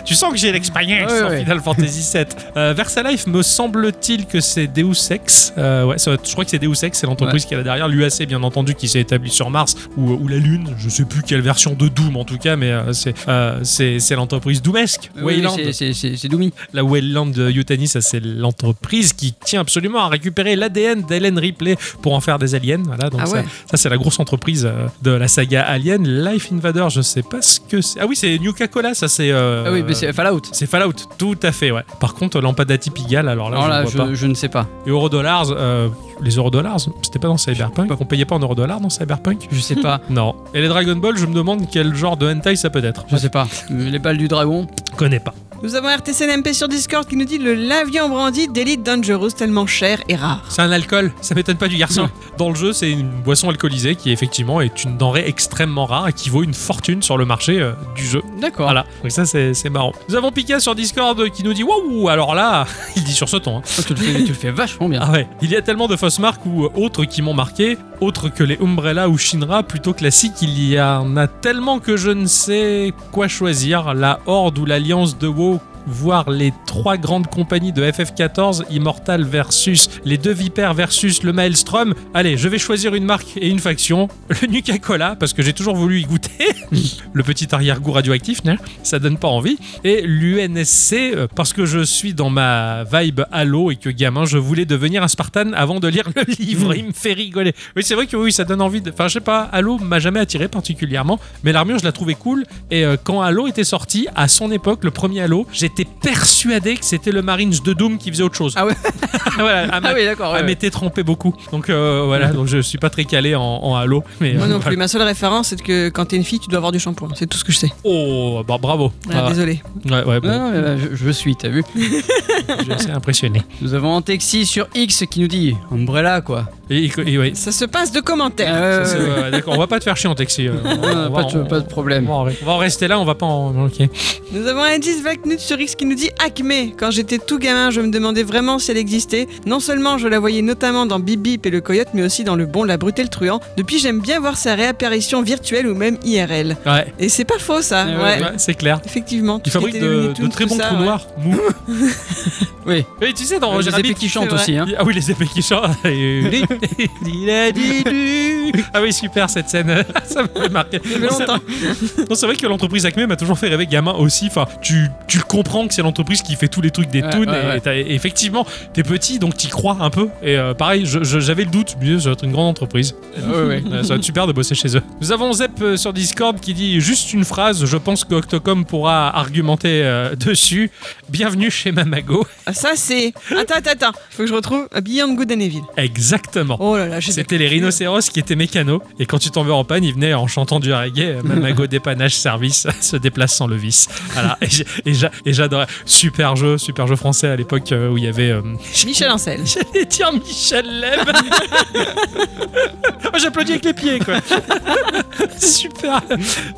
tu sens que j'ai l'expérience
Ouais,
en
ouais.
Final Fantasy VII. Euh, Versalife, me semble-t-il que c'est Deus Ex. Euh, ouais, ça- je crois que c'est Deus Ex, c'est l'entreprise qui est là derrière. L'UAC, bien entendu, qui s'est établie sur Mars ou, euh, ou la Lune. Je sais plus quelle version de Doom, en tout cas, mais euh, c'est euh, c'est- c'est l'entreprise Doomesque.
Oui,
Wayland.
c'est- c'est- C'est c'est Doumi.
La Wayland de Yutani, ça c'est l'entreprise qui tient absolument à récupérer l'ADN d'Helen Ripley pour en faire des aliens. Voilà, donc
Ah
ça,
ouais.
ça, c'est la grosse entreprise euh, de la saga Alien. Life Invader, je sais pas ce que c'est. Ah oui, c'est Nuka Cola, ça c'est. euh,
Ah oui, mais c'est Fallout.
c'est Fallout, tout à fait, ouais. Par contre, Lampadati Pigalle, alors là,
Non,
je
là,
ne vois
je, je ne sais pas.
pas. Et Eurodollars, euh, les Eurodollars, c'était pas dans Cyberpunk On payait pas en Eurodollars dans Cyberpunk
Je sais pas.
Non. Et les Dragon Ball, je me demande quel genre de hentai ça peut être.
Je sais pas. Les balles du dragon.
Je connais pas.
Nous avons RTCNMP sur Discord qui nous dit le l'avion brandy d'Elite Dangerous tellement cher et rare.
C'est un alcool, ça m'étonne pas du garçon. Dans le jeu, c'est une boisson alcoolisée qui effectivement est une denrée extrêmement rare et qui vaut une fortune sur le marché euh, du jeu.
D'accord.
Voilà, donc ça c'est c'est marrant. Nous avons Pika sur Discord qui nous dit Waouh, alors là, il dit sur ce ton. hein.
Oh, tu, le fais, tu le fais vachement bien.
Ah ouais, il y a tellement de fausses marques ou euh, autres qui m'ont marqué, autres que les Umbrella ou Shinra plutôt classiques, il y en a tellement que je ne sais quoi choisir. La Horde ou l'Alliance de WoW voire les trois grandes compagnies de FF14, Immortal versus les deux Vipères versus le Maelstrom. Allez, je vais choisir une marque et une faction. Le Nuka Cola, parce que j'ai toujours voulu y goûter. le petit arrière-goût radioactif, né ça donne pas envie. Et l'UNSC, euh, parce que je suis dans ma vibe Halo et que gamin, je voulais devenir un Spartan avant de lire le livre. Il me fait rigoler. Oui, c'est vrai que oui, ça donne envie. De... Enfin, je sais pas, Halo m'a jamais attiré particulièrement, mais l'armure, je la trouvais cool. Et euh, quand Halo était sorti, à son époque, le premier Halo, j'étais persuadé que c'était le Marines de Doom qui faisait autre chose.
Ah ouais.
Voilà, à ma-
Ah oui, d'accord. ouais,
Elle
ouais.
m'était trompée beaucoup. Donc euh, voilà, donc je suis pas très calé en, en Halo. Mais, euh,
Moi non
voilà.
plus, ma seule référence c'est que quand t'es une fille, tu dois avoir du shampoing. C'est tout ce que je sais.
Oh, bah, bravo.
Ah,
Ah,
Désolé.
ouais, ouais, bon,
Non, non, mais là, je, je suis, t'as vu. Ah.
je suis assez impressionné.
Nous avons Antexi sur X qui nous dit Umbrella, quoi.
Et, et- et ouais,
Ça se passe de commentaires.
Euh,
Ça, c'est- ouais, ouais, D'accord, on va pas te faire chier en taxi. euh, on va-
euh,
on
pas,
va-
de, pas de
on
problème.
va en re- on va en rester là, on va pas en. Ok.
Nous avons un indice Vaknut sur X qui nous dit Acme. Quand j'étais tout gamin, je me demandais vraiment si elle existait. Non seulement je la voyais notamment dans Bip Bip et le Coyote, mais aussi dans Le Bon, la Brute et le Truand. Depuis, j'aime bien voir sa réapparition virtuelle ou même IRL.
Ouais,
Et c'est pas faux ça,
Eh ouais,
ouais.
ouais, bah c'est clair.
Effectivement.
Il fabrique de, de très bons trous noirs mous.
Oui.
Et tu sais, dans
J'ai
Gérard
des
Bic-
Euh, qui chantent
c'est vrai.
aussi. Hein.
Ah oui, les épées qui chantent. Il a dit du. Ah oui, super cette scène. Ça m'a fait marquer.
longtemps.
Non, c'est vrai que l'entreprise Acme m'a toujours fait rêver gamin aussi. Enfin, tu, tu le comprends que c'est l'entreprise qui fait tous les trucs des
Ouais,
toons.
ouais,
et
ouais.
t'as- et effectivement, t'es petit, donc t'y crois un peu. Et euh, pareil, je- je- j'avais le doute, mais ça va être une grande entreprise.
Ouais, ouais.
Ouais, Euh, ça va être super de bosser chez eux. Nous avons Zep euh, sur Discord qui dit juste une phrase, je pense que Octocom pourra argumenter euh, dessus. Bienvenue chez Mamago.
Ah, ça c'est. Attends, attends, attends. Faut que je retrouve à Beyond Good and Evil.
Exactement.
Oh là là, j'ai
C'était les rhinocéros qui étaient mécanos et quand tu tombais en panne, ils venaient en chantant du reggae. euh, Mamago dépannage service se déplace sans levis. Voilà. Et j'ai- Et j'a- et j'adorais. Super jeu, super jeu français à l'époque euh, où il y avait. euh,
Michel Ancel.
J'allais dire Michel Leb. Oh, J'applaudis avec les pieds, quoi. super.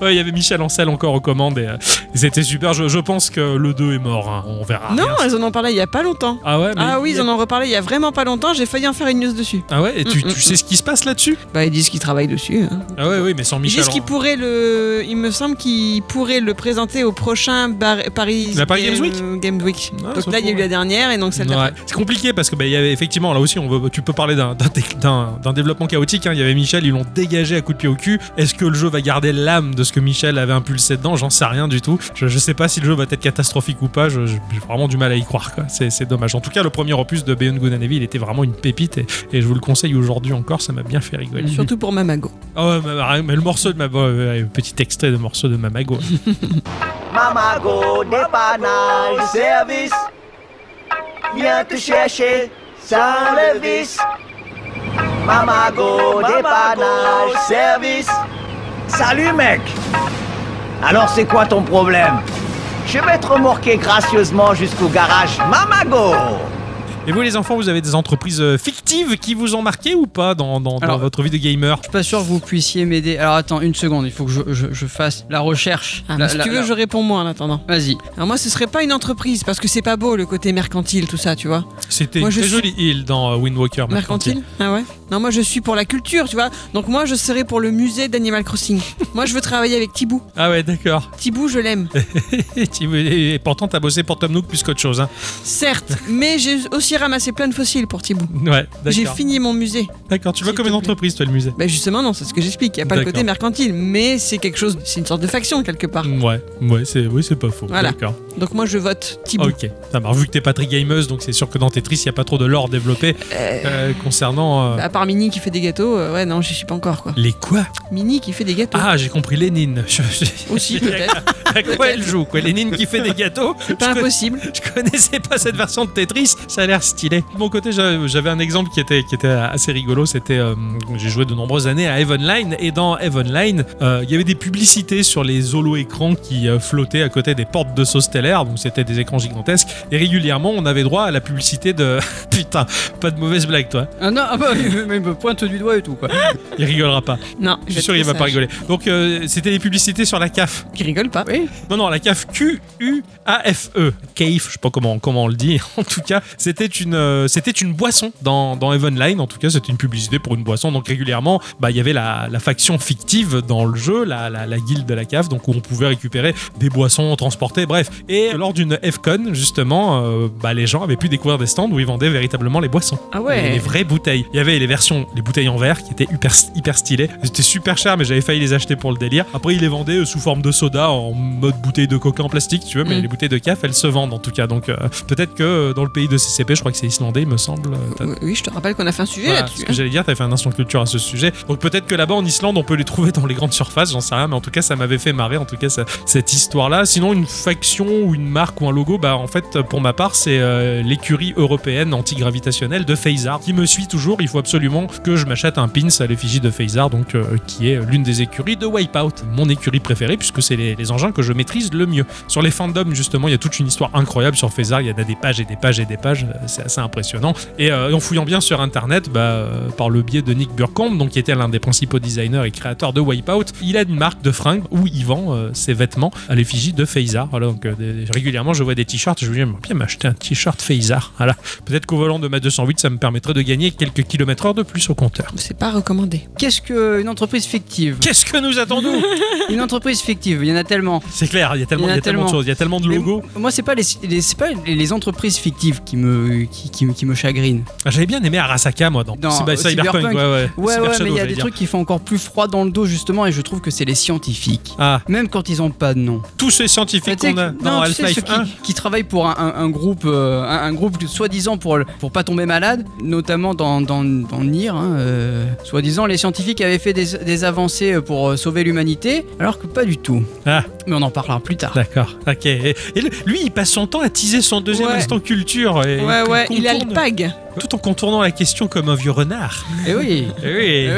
Ouais, Il y avait Michel Ancel encore aux commandes et euh, c'était super. Je, je pense que le 2 est mort. hein. On verra.
Non,
rien.
ils en ont parlé il y a pas longtemps.
Ah ouais, mais-
Ah oui, ils en ont reparlé il y a vraiment pas longtemps. J'ai failli en faire une news dessus.
Ah ouais, et tu,
Mm, mm,
tu sais ce qui se passe là-dessus
Bah, ils disent qu'ils travaillent dessus. hein.
Ah ouais, oui, mais sans
Ils
Michel.
disent qu'ils pourraient le. Il me semble qu'ils pourraient le présenter au prochain Bar- Paris.
La Paris Games Week
Games Week.
Ah,
donc
ça
là, il y a eu
pourrait.
la dernière et donc celle
Ouais.
d'après.
C'est compliqué parce que bah, il y avait effectivement là aussi on veut, tu peux parler d'un, d'un dé- d'un- d'un développement chaotique. hein. Il y avait Michel, ils l'ont dégagé à coups de pied au cul. Est-ce que le jeu va garder l'âme de ce que Michel avait impulsé dedans J'en sais rien du tout. Je, je sais pas si le jeu va être catastrophique ou pas. Je- je- j'ai vraiment du mal à y croire. quoi. C'est, c'est dommage. En tout cas, le premier opus de Beyond Good and Evil, il était vraiment une pépite et, et je vous le conseille aujourd'hui encore. Ça m'a bien fait rigoler.
Surtout pour Mamago.
Ah ouais, mais- mais, le morceau de ma euh, euh, petit extrait de morceau de Mamago.
Mamago dépannage service. Viens te chercher sans le vice. Mamago dépannage service. Salut mec Alors c'est quoi ton problème Je vais te remorquer gracieusement jusqu'au garage Mamago
Et vous, les enfants, vous avez des entreprises euh, fictives qui vous ont marqué ou pas dans, dans- dans
Alors,
votre vie de gamer
suis pas sûr que vous puissiez m'aider. Alors attends, une seconde, il faut que je, je- je fasse la recherche.
Ah,
La-
mais si
la-
tu veux,
la-
je réponds moi en attendant.
Vas-y.
Alors moi, ce serait pas une entreprise parce que c'est pas beau le côté mercantile, tout ça, tu vois.
C'était une
Moi, je
très
suis-
jolie île dans euh, Wind Walker.
Mercantile Ah ouais Non, moi je suis pour la culture, tu vois. Donc moi, je serais pour le musée d'Animal Crossing. moi, je veux travailler avec Thibaut.
Ah ouais, d'accord.
Thibaut, je l'aime.
Et tu- et pourtant, t'as bossé pour Tom Nook plus qu'autre chose. Hein.
Certes, mais j'ai aussi ramassé plein de fossiles pour Thibaut.
Ouais,
J'ai
d'accord.
fini mon musée.
D'accord, tu vois
S'il
comme
te
une
plaît.
entreprise, toi, le musée.
Bah justement non, c'est ce que j'explique. Il y a pas le
D'accord.
côté mercantile, mais c'est quelque chose, c'est une sorte de faction quelque part.
Ouais, ouais, c'est oui, c'est pas faux.
Voilà.
D'accord.
Donc moi je vote Thibaut.
Ok. Ça marche. Vu que t'es pas très gameuse, donc c'est sûr que dans Tetris, il y a pas trop de lore développé euh, concernant euh,
À part Mini qui fait des gâteaux, euh, ouais non j'y suis pas encore quoi.
les quoi
Mini qui fait des gâteaux.
Ah, j'ai compris Lénine. Je- je-
Aussi peut-être,
À quoi elle joue quoi Lénine qui fait des gâteaux je,
pas
con-
impossible.
je connaissais pas cette version de Tetris. Ça a l'air stylé. De mon côté, j'a- j'avais un exemple qui était qui était assez rigolo. C'était euh, j'ai joué de nombreuses années à Evenline et dans Evenline, euh, il y avait des publicités sur les holo écrans qui euh, flottaient à côté des portes de sauce stellaire. Donc c'était des écrans gigantesques. Et régulièrement, on avait droit à la publicité de putain. Pas de mauvaise blague, toi.
Ah non, ah bah, mais il me pointe du doigt et tout quoi.
Il rigolera pas.
Non,
Je suis sûr il va pas rigoler. Donc euh, c'était des publicités sur la CAF.
Qui rigole pas.
Oui.
E. Non non, la CAF Q U A F E. CAF, je sais pas comment comment on le dit. En tout cas, c'était une euh, c'était une boisson dans dans Evenline. En tout cas, c'était une publicité pour une boisson. Donc régulièrement, bah il y avait la, la faction fictive dans le jeu, la, la, la guilde de la CAF, donc où on pouvait récupérer des boissons transportées, bref. Et lors d'une FCON justement, euh, bah les gens avaient pu découvrir des stands où ils vendaient véritablement les boissons.
Ah ouais.
Les vraies bouteilles. Il y avait les versions, les bouteilles en verre qui étaient hyper, hyper stylées. C'était super cher, mais j'avais failli les acheter pour le délire. Après, ils les vendaient euh, sous forme de soda en mode bouteille de coca en plastique, tu vois. Mais
Mm.
les bouteilles de caf, elles se vendent en tout cas. Donc euh, peut-être que euh, dans le pays de CCP, je crois que c'est islandais, il me semble. euh, t'as-
Oui, Oui, je te rappelle qu'on a fait un sujet
voilà,
là-dessus. hein.
ce que j'allais dire, t'avais fait un instant culture à ce sujet. Donc peut-être que là-bas en Islande, on peut les trouver dans les grandes surfaces, j'en sais rien, mais en tout cas, ça m'avait fait marrer, en tout cas, ça- cette histoire-là. Sinon, une faction ou une marque ou un logo, bah en fait, pour ma part, c'est euh, l'écurie européenne antigravitationnelle de Phasar, qui me suit toujours. Il faut absolument que je m'achète un pins à l'effigie de Phasar, donc euh, qui est l'une des écuries de Wipeout, mon écurie préférée, puisque c'est les, les engins que je maîtrise le mieux. Sur les fandoms, justement, il y a toute une histoire incroyable sur Phasar, il y en a des pages et des pages et des pages, euh, c'est assez impressionnant. Et euh, en fouillant bien sur internet, bah, euh, par le biais de Nick Burcombe, donc qui était l'un des principaux designers et créateurs de Wipeout, il a une marque de fringues où il vend euh, ses vêtements à l'effigie de Phasar. Voilà, donc euh, des- régulièrement je vois des t-shirts, je me dis, j'aimerais bien m'acheter un t-shirt Phasar. Voilà. Peut-être qu'au volant de ma 208, ça me permettrait de gagner quelques kilomètres heure de plus au compteur.
C'est pas recommandé.
Qu'est-ce qu'une entreprise fictive
Qu'est-ce que nous attendons
Une entreprise fictive, il y en a tellement.
C'est clair, il y a tellement, il y a tellement de choses, il y a tellement de
Mais
logos.
m- moi, c'est pas les, les- c'est pas les les entreprises fictives qui me, qui, qui, qui me chagrinent.
Ah, J'avais bien aimé Arasaka, moi, dans,
Dans,
Cyber-
euh,
Cyberpunk.
Cyberpunk.
Ouais, ouais,
Ouais,
Cyber
ouais, mais
Shadow,
il y a
j'allais
des
dire.
trucs qui font encore plus froid dans le dos justement, et je trouve que c'est les scientifiques.
Ah,
Même quand ils ont pas de nom.
tous ces
Bah,
scientifiques
tu sais
qu'on a
que-
dans
non, tu sais,
Half-Life
ceux
1.
qui, qui travaillent pour un, un- un groupe, euh, un, un groupe soi-disant pour, le- pour pas tomber malade, notamment dans, dans, dans Nier, hein, euh, soi-disant les scientifiques avaient fait des, des avancées pour euh, sauver l'humanité, alors que pas du tout.
Ah.
Mais on en parlera plus tard.
D'accord, ok. Et et le- lui, il passe son temps à teaser son deuxième
Ouais.
instant culture. Et
ouais,
il
ouais, il a le
contourne-
pag.
Tout en contournant la question comme un vieux renard.
Eh oui.
Eh oui.
Eh oui,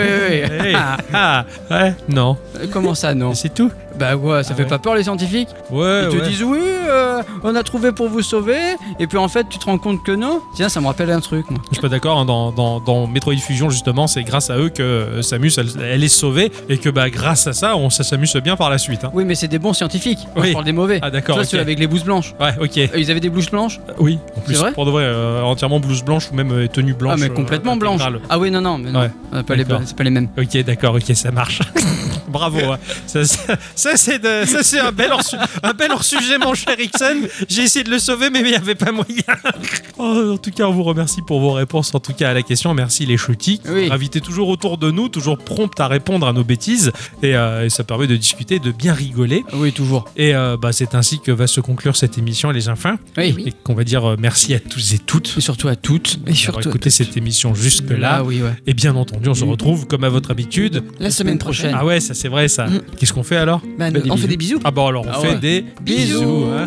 oui.
Eh Ah, ouais, non.
Euh, Comment ça non
Et C'est tout
Bah ouais, ça
Ah
fait
ouais.
pas peur les scientifiques
Ouais,
Ils te
ouais.
disent oui, euh, on a trouvé pour vous sauver, et puis en fait tu te rends compte que non. Tiens, ça me rappelle un truc moi.
Je suis pas d'accord, hein, dans, dans, dans Metroid Fusion, justement, c'est grâce à eux que euh, Samus, elle, elle est sauvée, et que bah, grâce à ça, on, ça s'amuse bien par la suite. hein.
Oui, mais c'est des bons scientifiques. Moi,
Oui.
je parle des mauvais.
Ah, d'accord,
Toi,
ok.
ceux avec les blouses blanches.
Ouais, ok.
Euh, Ils avaient des blouses blanches
Oui, en plus,
vrai
pour de vrai, euh, entièrement blouse blanche ou même euh, tenue blanche.
Ah mais
euh,
complètement blanche.
intégrale.
Ah oui non non mais non.
Ouais.
Ah, pas les
D'accord.
c'est pas les mêmes.
Ok, d'accord, ok, ça marche. Bravo. hein. Ça, ça- ça, c'est de- ça, c'est un bel hors, un bel hors sujet, mon cher Ixon. J'ai essayé de le sauver, mais il n'y avait pas moyen. Oh, en tout cas, on vous remercie pour vos réponses. En tout cas, à la question, merci les chutis.
Oui.
Invitez toujours autour de nous, toujours promptes à répondre à nos bêtises. Et, euh, et ça permet de discuter, de bien rigoler.
Ah Oui toujours.
Et euh, bah, c'est ainsi que va se conclure cette émission, les enfants.
Oui.
Et qu'on va dire euh, merci à tous et toutes.
Et surtout à toutes. Et
d'avoir écouté cette émission jusque-là.
oui ouais.
Et bien entendu,
Mm.
on se retrouve comme à votre habitude.
La semaine prochaine.
Ah ouais, ça c'est vrai ça.
Mm.
Qu'est-ce qu'on fait alors
Bah,
Bah,
des
on
bisous.
fait des bisous.
Ah bon alors on
Ah
fait
ouais.
des
Bisous.
hein.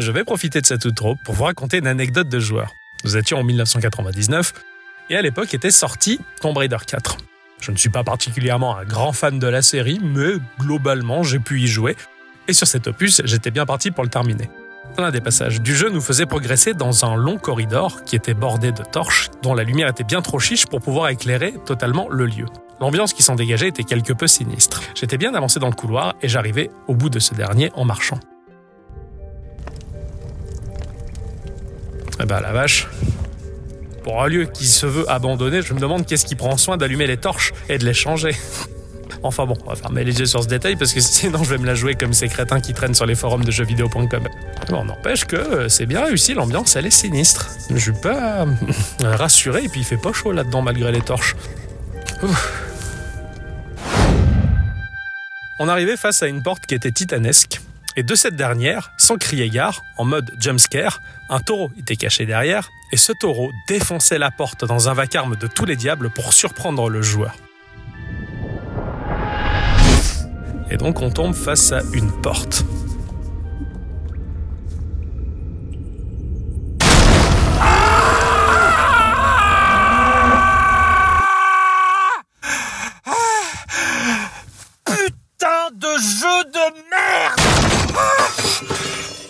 Je vais profiter de cette outro pour vous raconter une anecdote de joueur. Nous étions en 1999 et à l'époque était sorti Tomb Raider 4. Je ne suis pas particulièrement un grand fan de la série, mais globalement j'ai pu y jouer et sur cet opus j'étais bien parti pour le terminer. L'un des passages du jeu nous faisait progresser dans un long corridor qui était bordé de torches dont la lumière était bien trop chiche pour pouvoir éclairer totalement le lieu. L'ambiance qui s'en dégageait était quelque peu sinistre. J'étais bien avancé dans le couloir et j'arrivais au bout de ce dernier en marchant. Eh ben la vache. Pour un lieu qui se veut abandonné, je me demande qu'est-ce qui prend soin d'allumer les torches et de les changer. Enfin bon, on va fermer les yeux sur ce détail parce que sinon je vais me la jouer comme ces crétins qui traînent sur les forums de jeuxvideo.com. Mais On n'empêche que euh, c'est bien réussi, l'ambiance elle est sinistre. Je suis pas euh, rassuré et puis il fait pas chaud là-dedans malgré les torches. Ouf. On arrivait face à une porte qui était titanesque. Et de cette dernière, sans crier gare, en mode jumpscare, un taureau était caché derrière, et ce taureau défonçait la porte dans un vacarme de tous les diables pour surprendre le joueur. Et donc on tombe face à une porte.
putain de jeu de merde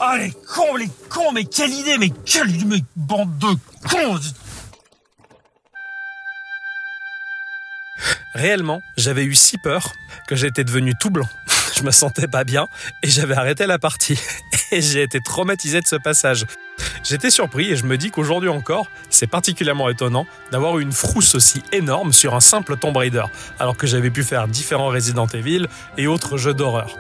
Ah les cons, les cons, mais quelle idée, mais quelle mais bande de cons
Réellement, j'avais eu si peur que j'étais devenu tout blanc. Je me sentais pas bien et j'avais arrêté la partie. Et j'ai été traumatisé de ce passage. J'étais surpris et je me dis qu'aujourd'hui encore, c'est particulièrement étonnant d'avoir eu une frousse aussi énorme sur un simple Tomb Raider, alors que j'avais pu faire différents Resident Evil et autres jeux d'horreur.